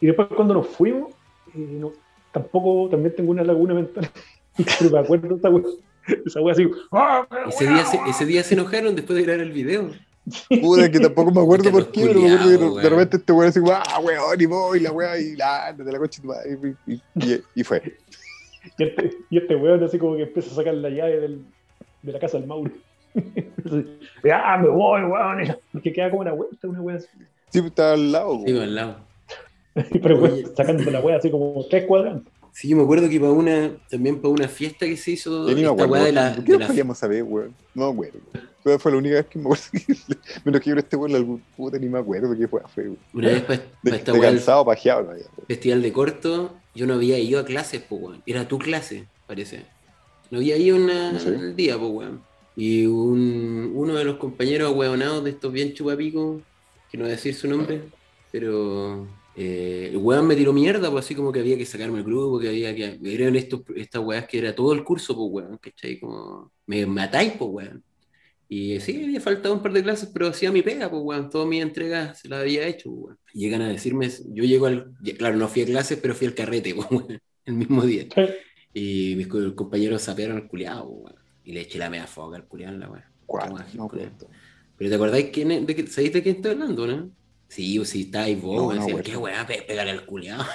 Y después cuando nos fuimos, eh, no- tampoco, también tengo una laguna mental, pero me acuerdo esa wea, esa wea así, ¡Ah, qué Ese wea! día, se, ese día se enojaron después de grabar el video. Puta, que tampoco me acuerdo por qué, pero me acuerdo que Culiao, de- de weón. repente este weón así, ah, weón, y voy, la weá, y la, de la coche, y, y, y, y fue. Y este, y este weón así como que empieza a sacar la llave del- de la casa del Mauro. ya me voy, weón, y- porque queda como una vuelta, una wea así. Sí, pues, estaba al lado, Sí, weón. pues, al lado. Pero weón, Oye. sacando la wea así como tres cuadrantes. Sí, yo me acuerdo que para una, también para una fiesta que se hizo, Yo ni me esta acuerdo. weá de la, ¿Por qué de no la- podíamos saber, weón? No me acuerdo. Esa fue la única vez que me acuerdo. que- Menos que yo este weón, algún puta, ni me acuerdo qué fue. fue weón. una vez para, De, esta de weá del cansado, pajeado. pues, la verdad, weón. festival de corto, yo no había ido a clases, po, weón. Era tu clase, parece. No había ido una, Sí. al día, po, weón. Y un- uno de los compañeros hueonados de estos bien chupapicos, que no voy a decir su nombre, pero eh, el weón me tiró mierda, pues así como que había que sacarme el grupo, que había que. Eran estos, estas weas que era todo el curso, pues weón, ¿cachai? Como. Me matáis, pues weón. Y sí, había faltado un par de clases, pero hacía mi pega, pues, weón. Todas mis entregas se las había hecho, pues, weón. Llegan a decirme, yo llego al. ya, Claro, no fui a clases, pero fui al carrete, pues, weón, el mismo día. Y mis co- compañeros sapearon al culiado, pues, weón. Y le eché la media foca al culiado, la weón. Cuatro, Toma, no pues. me culiao. acuerdo. Pero te acordáis quién es, de que, ¿sabéis de quién estoy hablando, no? Sí, o sí, está ahí vos, No, weón. no, Decían, weón. qué weá, Pe- pégale al culiado,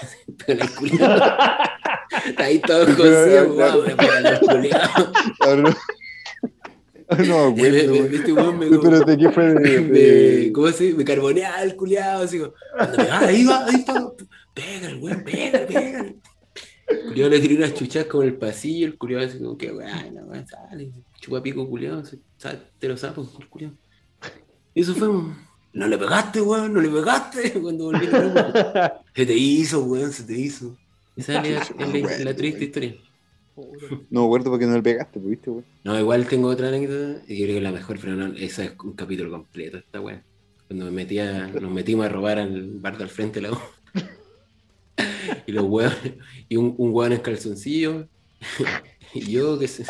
pégale al culiado. está ahí todo Pero, claro. cocido, weón, weón, pégale al culiado. Ahora no. Ahora no me Este acuerdo, weón. weón me, Pero de qué fue de. me, de- ¿cómo se dice? Me carboneaba el culiado, así como, cuando pegaba, ahí va, ahí está, pégale, weón, pégale, pégale. El culiado le tiró unas chuchas con el pasillo, el culiado así como, qué weá, la weá, sale, chupa pico culiado, se- sa- te lo sapo, el culiado. Y eso fue, un, no le pegaste, weón, no le pegaste, cuando volví al grupo. Se te hizo, weón, se te hizo. Esa es la, es la- la triste historia. No me acuerdo porque no le pegaste, pues, ¿viste, weón? No, igual tengo otra anécdota, y yo creo que es la mejor, pero no, esa es un capítulo completo, esta weá. Cuando me metía, nos metimos a robar al bar del frente de la U. Y los weones, y un, un weón en calzoncillo, y yo que sé.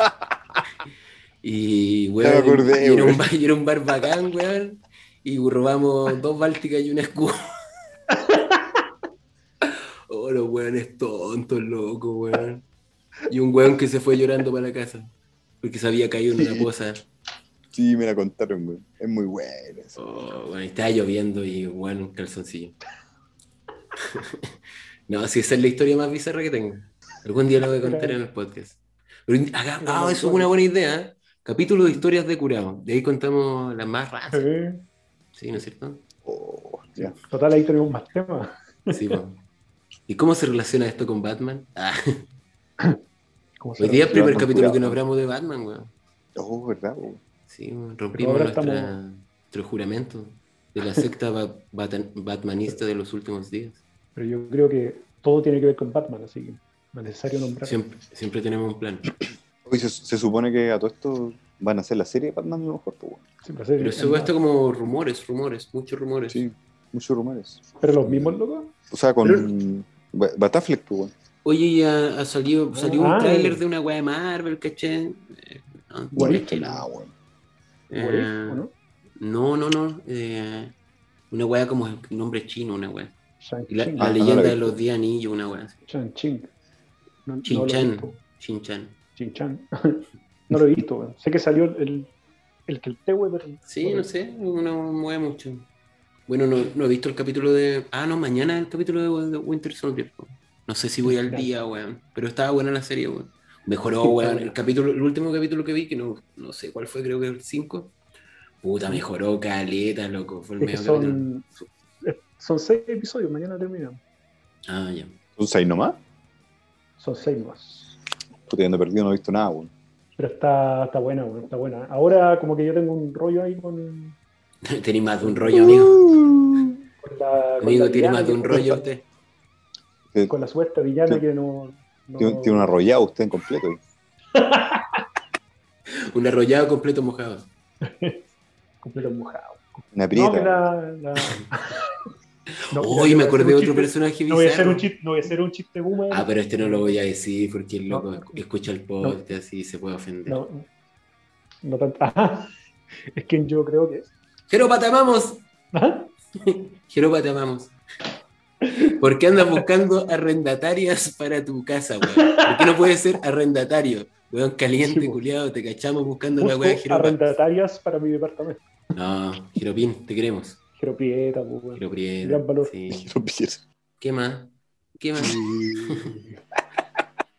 Y weón, Ya me acordé, y era un weón. bar, y era un bar bacán, weón, y robamos dos bálticas y una escudo. Oh, los weones tontos, loco, weón. Y un weón que se fue llorando para la casa. Porque se había caído en una Sí. poza. Sí, me la contaron, weón. Es muy buena. esa. Oh, bueno, estaba lloviendo y weón, un calzoncillo. no, si esa es la historia más bizarra que tengo. Algún día la voy a contar en el podcast. Pero in- haga- ah, eso es una buena idea. ¿eh? Capítulo de historias de curado. De ahí contamos las más raras. Eh, Sí, ¿no es cierto? Oh, ya. Total, ahí tenemos más temas. Sí, po. ¿Y cómo se relaciona esto con Batman? Ah, Como se hoy día es el primer Batman capítulo que curado. nos hablamos de Batman, weón. Oh, ¿verdad, weón? Sí, bueno, rompimos ahora nuestra, estamos- nuestro juramento de la secta ba- batan- batmanista de los últimos días. Pero yo creo que todo tiene que ver con Batman, así que no es necesario nombrar. Siempre, siempre tenemos un plan. Oye, se, se supone que a todo esto van a hacer la serie de Batman a lo mejor, pues, weón. Siempre hacer- Pero eso esto como rumores, rumores, muchos rumores. Sí, muchos rumores. Pero los mismos locos. O sea, con. Pero- Ba- Batafleck, pues, weón. Oye, y ha, ha salido, salió un Ah. tráiler de una weá de Marvel, ¿caché? Eh, no, What no, if? caché, no. Ah, weón. ¿o Eh, es, o no? No, no, no. eh, una weá como el nombre chino, una weá. Y La, Shang-Chi. la Ah, no leyenda la vi. de los 10 anillos, una weá. así. Shang-Chi. No- no lo he Chin-chan. visto. Chin-chan. Chin-chan. no lo he visto, weón. Sé que salió el, el que el Tewe, pero. Sí, no sé, uno mueve mucho. Bueno, no, no he visto el capítulo de. Ah, no, mañana el capítulo de, de Winter Soldier. po. No sé si voy al día, weón. Pero estaba buena la serie, weón. Mejoró, Sí, está weón. buena. El, capítulo, el último capítulo que vi, que no, no sé cuál fue, creo que el 5. Puta, mejoró caleta, loco. Fue el Es que mejor capítulo. son, eh, son seis episodios, mañana terminamos. Ah, ya. ¿Son seis nomás? Son seis más. Puta, yo ando perdido, no he visto nada, weón. Pero está, está buena, weón, está buena. Ahora como que yo tengo un rollo ahí con, Tenés más de un rollo, amigo. Uh. con la... con Amigo, la tiene villana más de que- un rollo este, usted. Eh, Con la suerte villana Tiene- que no... no- Tiene, tiene un arrollado usted en completo. Un arrollado completo mojado. Completo mojado. Una prieta. No, que la... la- No, Hoy mira, yo voy me a acordé hacer de un otro chiste- personaje No voy a hacer bizarro. un chiste, no voy a hacer un chiste boomer. Ah, pero este no lo voy a decir porque el No. loco escucha el podcast y se puede ofender. No, no tanto. Ajá. Es quien yo creo que es. Jeropa, te amamos. Ajá. Jeropa, te amamos. ¿Por qué andas buscando arrendatarias para tu casa, weón? ¿Por qué no puedes ser arrendatario? Weón caliente, Sí, po. culiado, te cachamos buscando la weá de Busco Jeropa. arrendatarias para mi departamento. No, Jeropín, te queremos. Jeropieta, pues, weón. Jero Prieto, Gran valor. sí. Quiero pillar. ¿Qué más? ¿Qué más?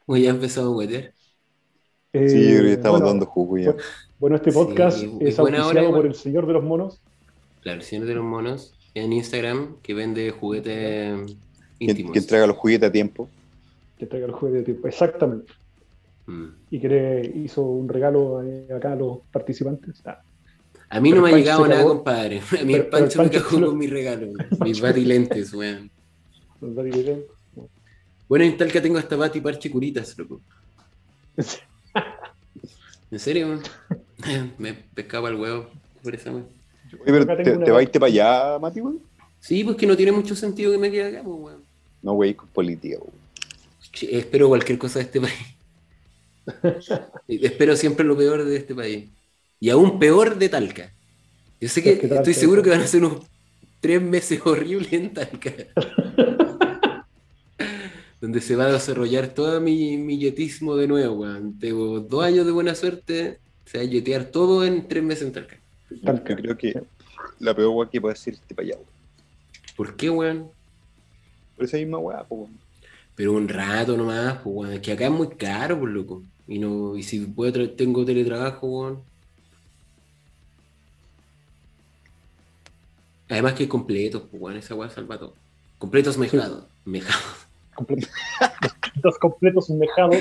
Uy, ya empezó a huetear. Eh, Sí, yo creo que estamos bueno, dando jugo ya. Bueno, este podcast Sí, es es buena hora auspiciado igual. por el Señor de los Monos. La versión de los monos en Instagram que vende juguetes Que, íntimos. que entrega los juguetes a tiempo. Que que traiga los juguetes de tiempo. Exactamente. Mm. Y que le hizo un regalo eh, acá a los participantes. Ah, A mí Pero no me ha Pancho llegado se nada, cagó. compadre. A mí Pero- el pero Pancho me Pancho cagó se lo- con mis regalos, mis batilentes, weón. los Daddy Bueno, en Talca tengo hasta bati parche curitas, loco. Bears. ¿En serio, weón? me pescaba el huevo por esa weón. Oye, pero Acá ¿te, tengo una- te va a irte para allá, Mati, weón? Sí, pues que no tiene mucho sentido que me quede acá, pues, weón. No, güey, con política, weón. Che, Espero cualquier cosa de este país. Espero siempre lo peor de este país. Y aún peor de Talca. Yo sé que Es que Talca estoy es- seguro que van a ser unos tres meses horribles en Talca. Donde se va a desarrollar todo mi, mi yetismo de nuevo, weón. Tengo dos años de buena suerte, se va a yetear todo en tres meses en Talca. Talca. Yo creo que la peor weá que puede decir es irte para allá, weón. ¿Por qué, weón? Por esa misma weá, po, weón. Pero un rato nomás, pues, weón. Es que acá es muy caro, pues, loco. Y, no, y si puedo tra- tengo teletrabajo, weón. Además que hay completos, pues, weón. Esa weá salva todo. Completos mejados. Mejados. Comple- Dos completos mejados.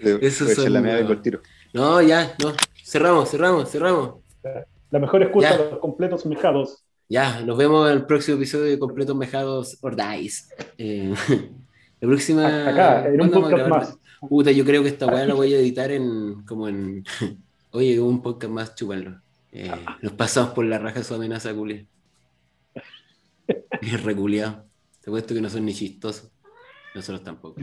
Le- le voy a Esos echar son, la media weón. del tiro. No, ya, no. Cerramos, cerramos, cerramos. La mejor excusa, Ya. los completos mejados. Ya, nos vemos en el próximo episodio de Completos Mejados or Dice. Eh, la próxima. Acá, en un ¿cuándo vamos a podcast grabar? más. Puta, yo creo que esta weá la voy a editar en. como en. Oye, un podcast más, chúpanlo. Eh, nos pasamos por la raja su amenaza, culia. Es reculeado. Te puesto que no son ni chistosos. Nosotros tampoco.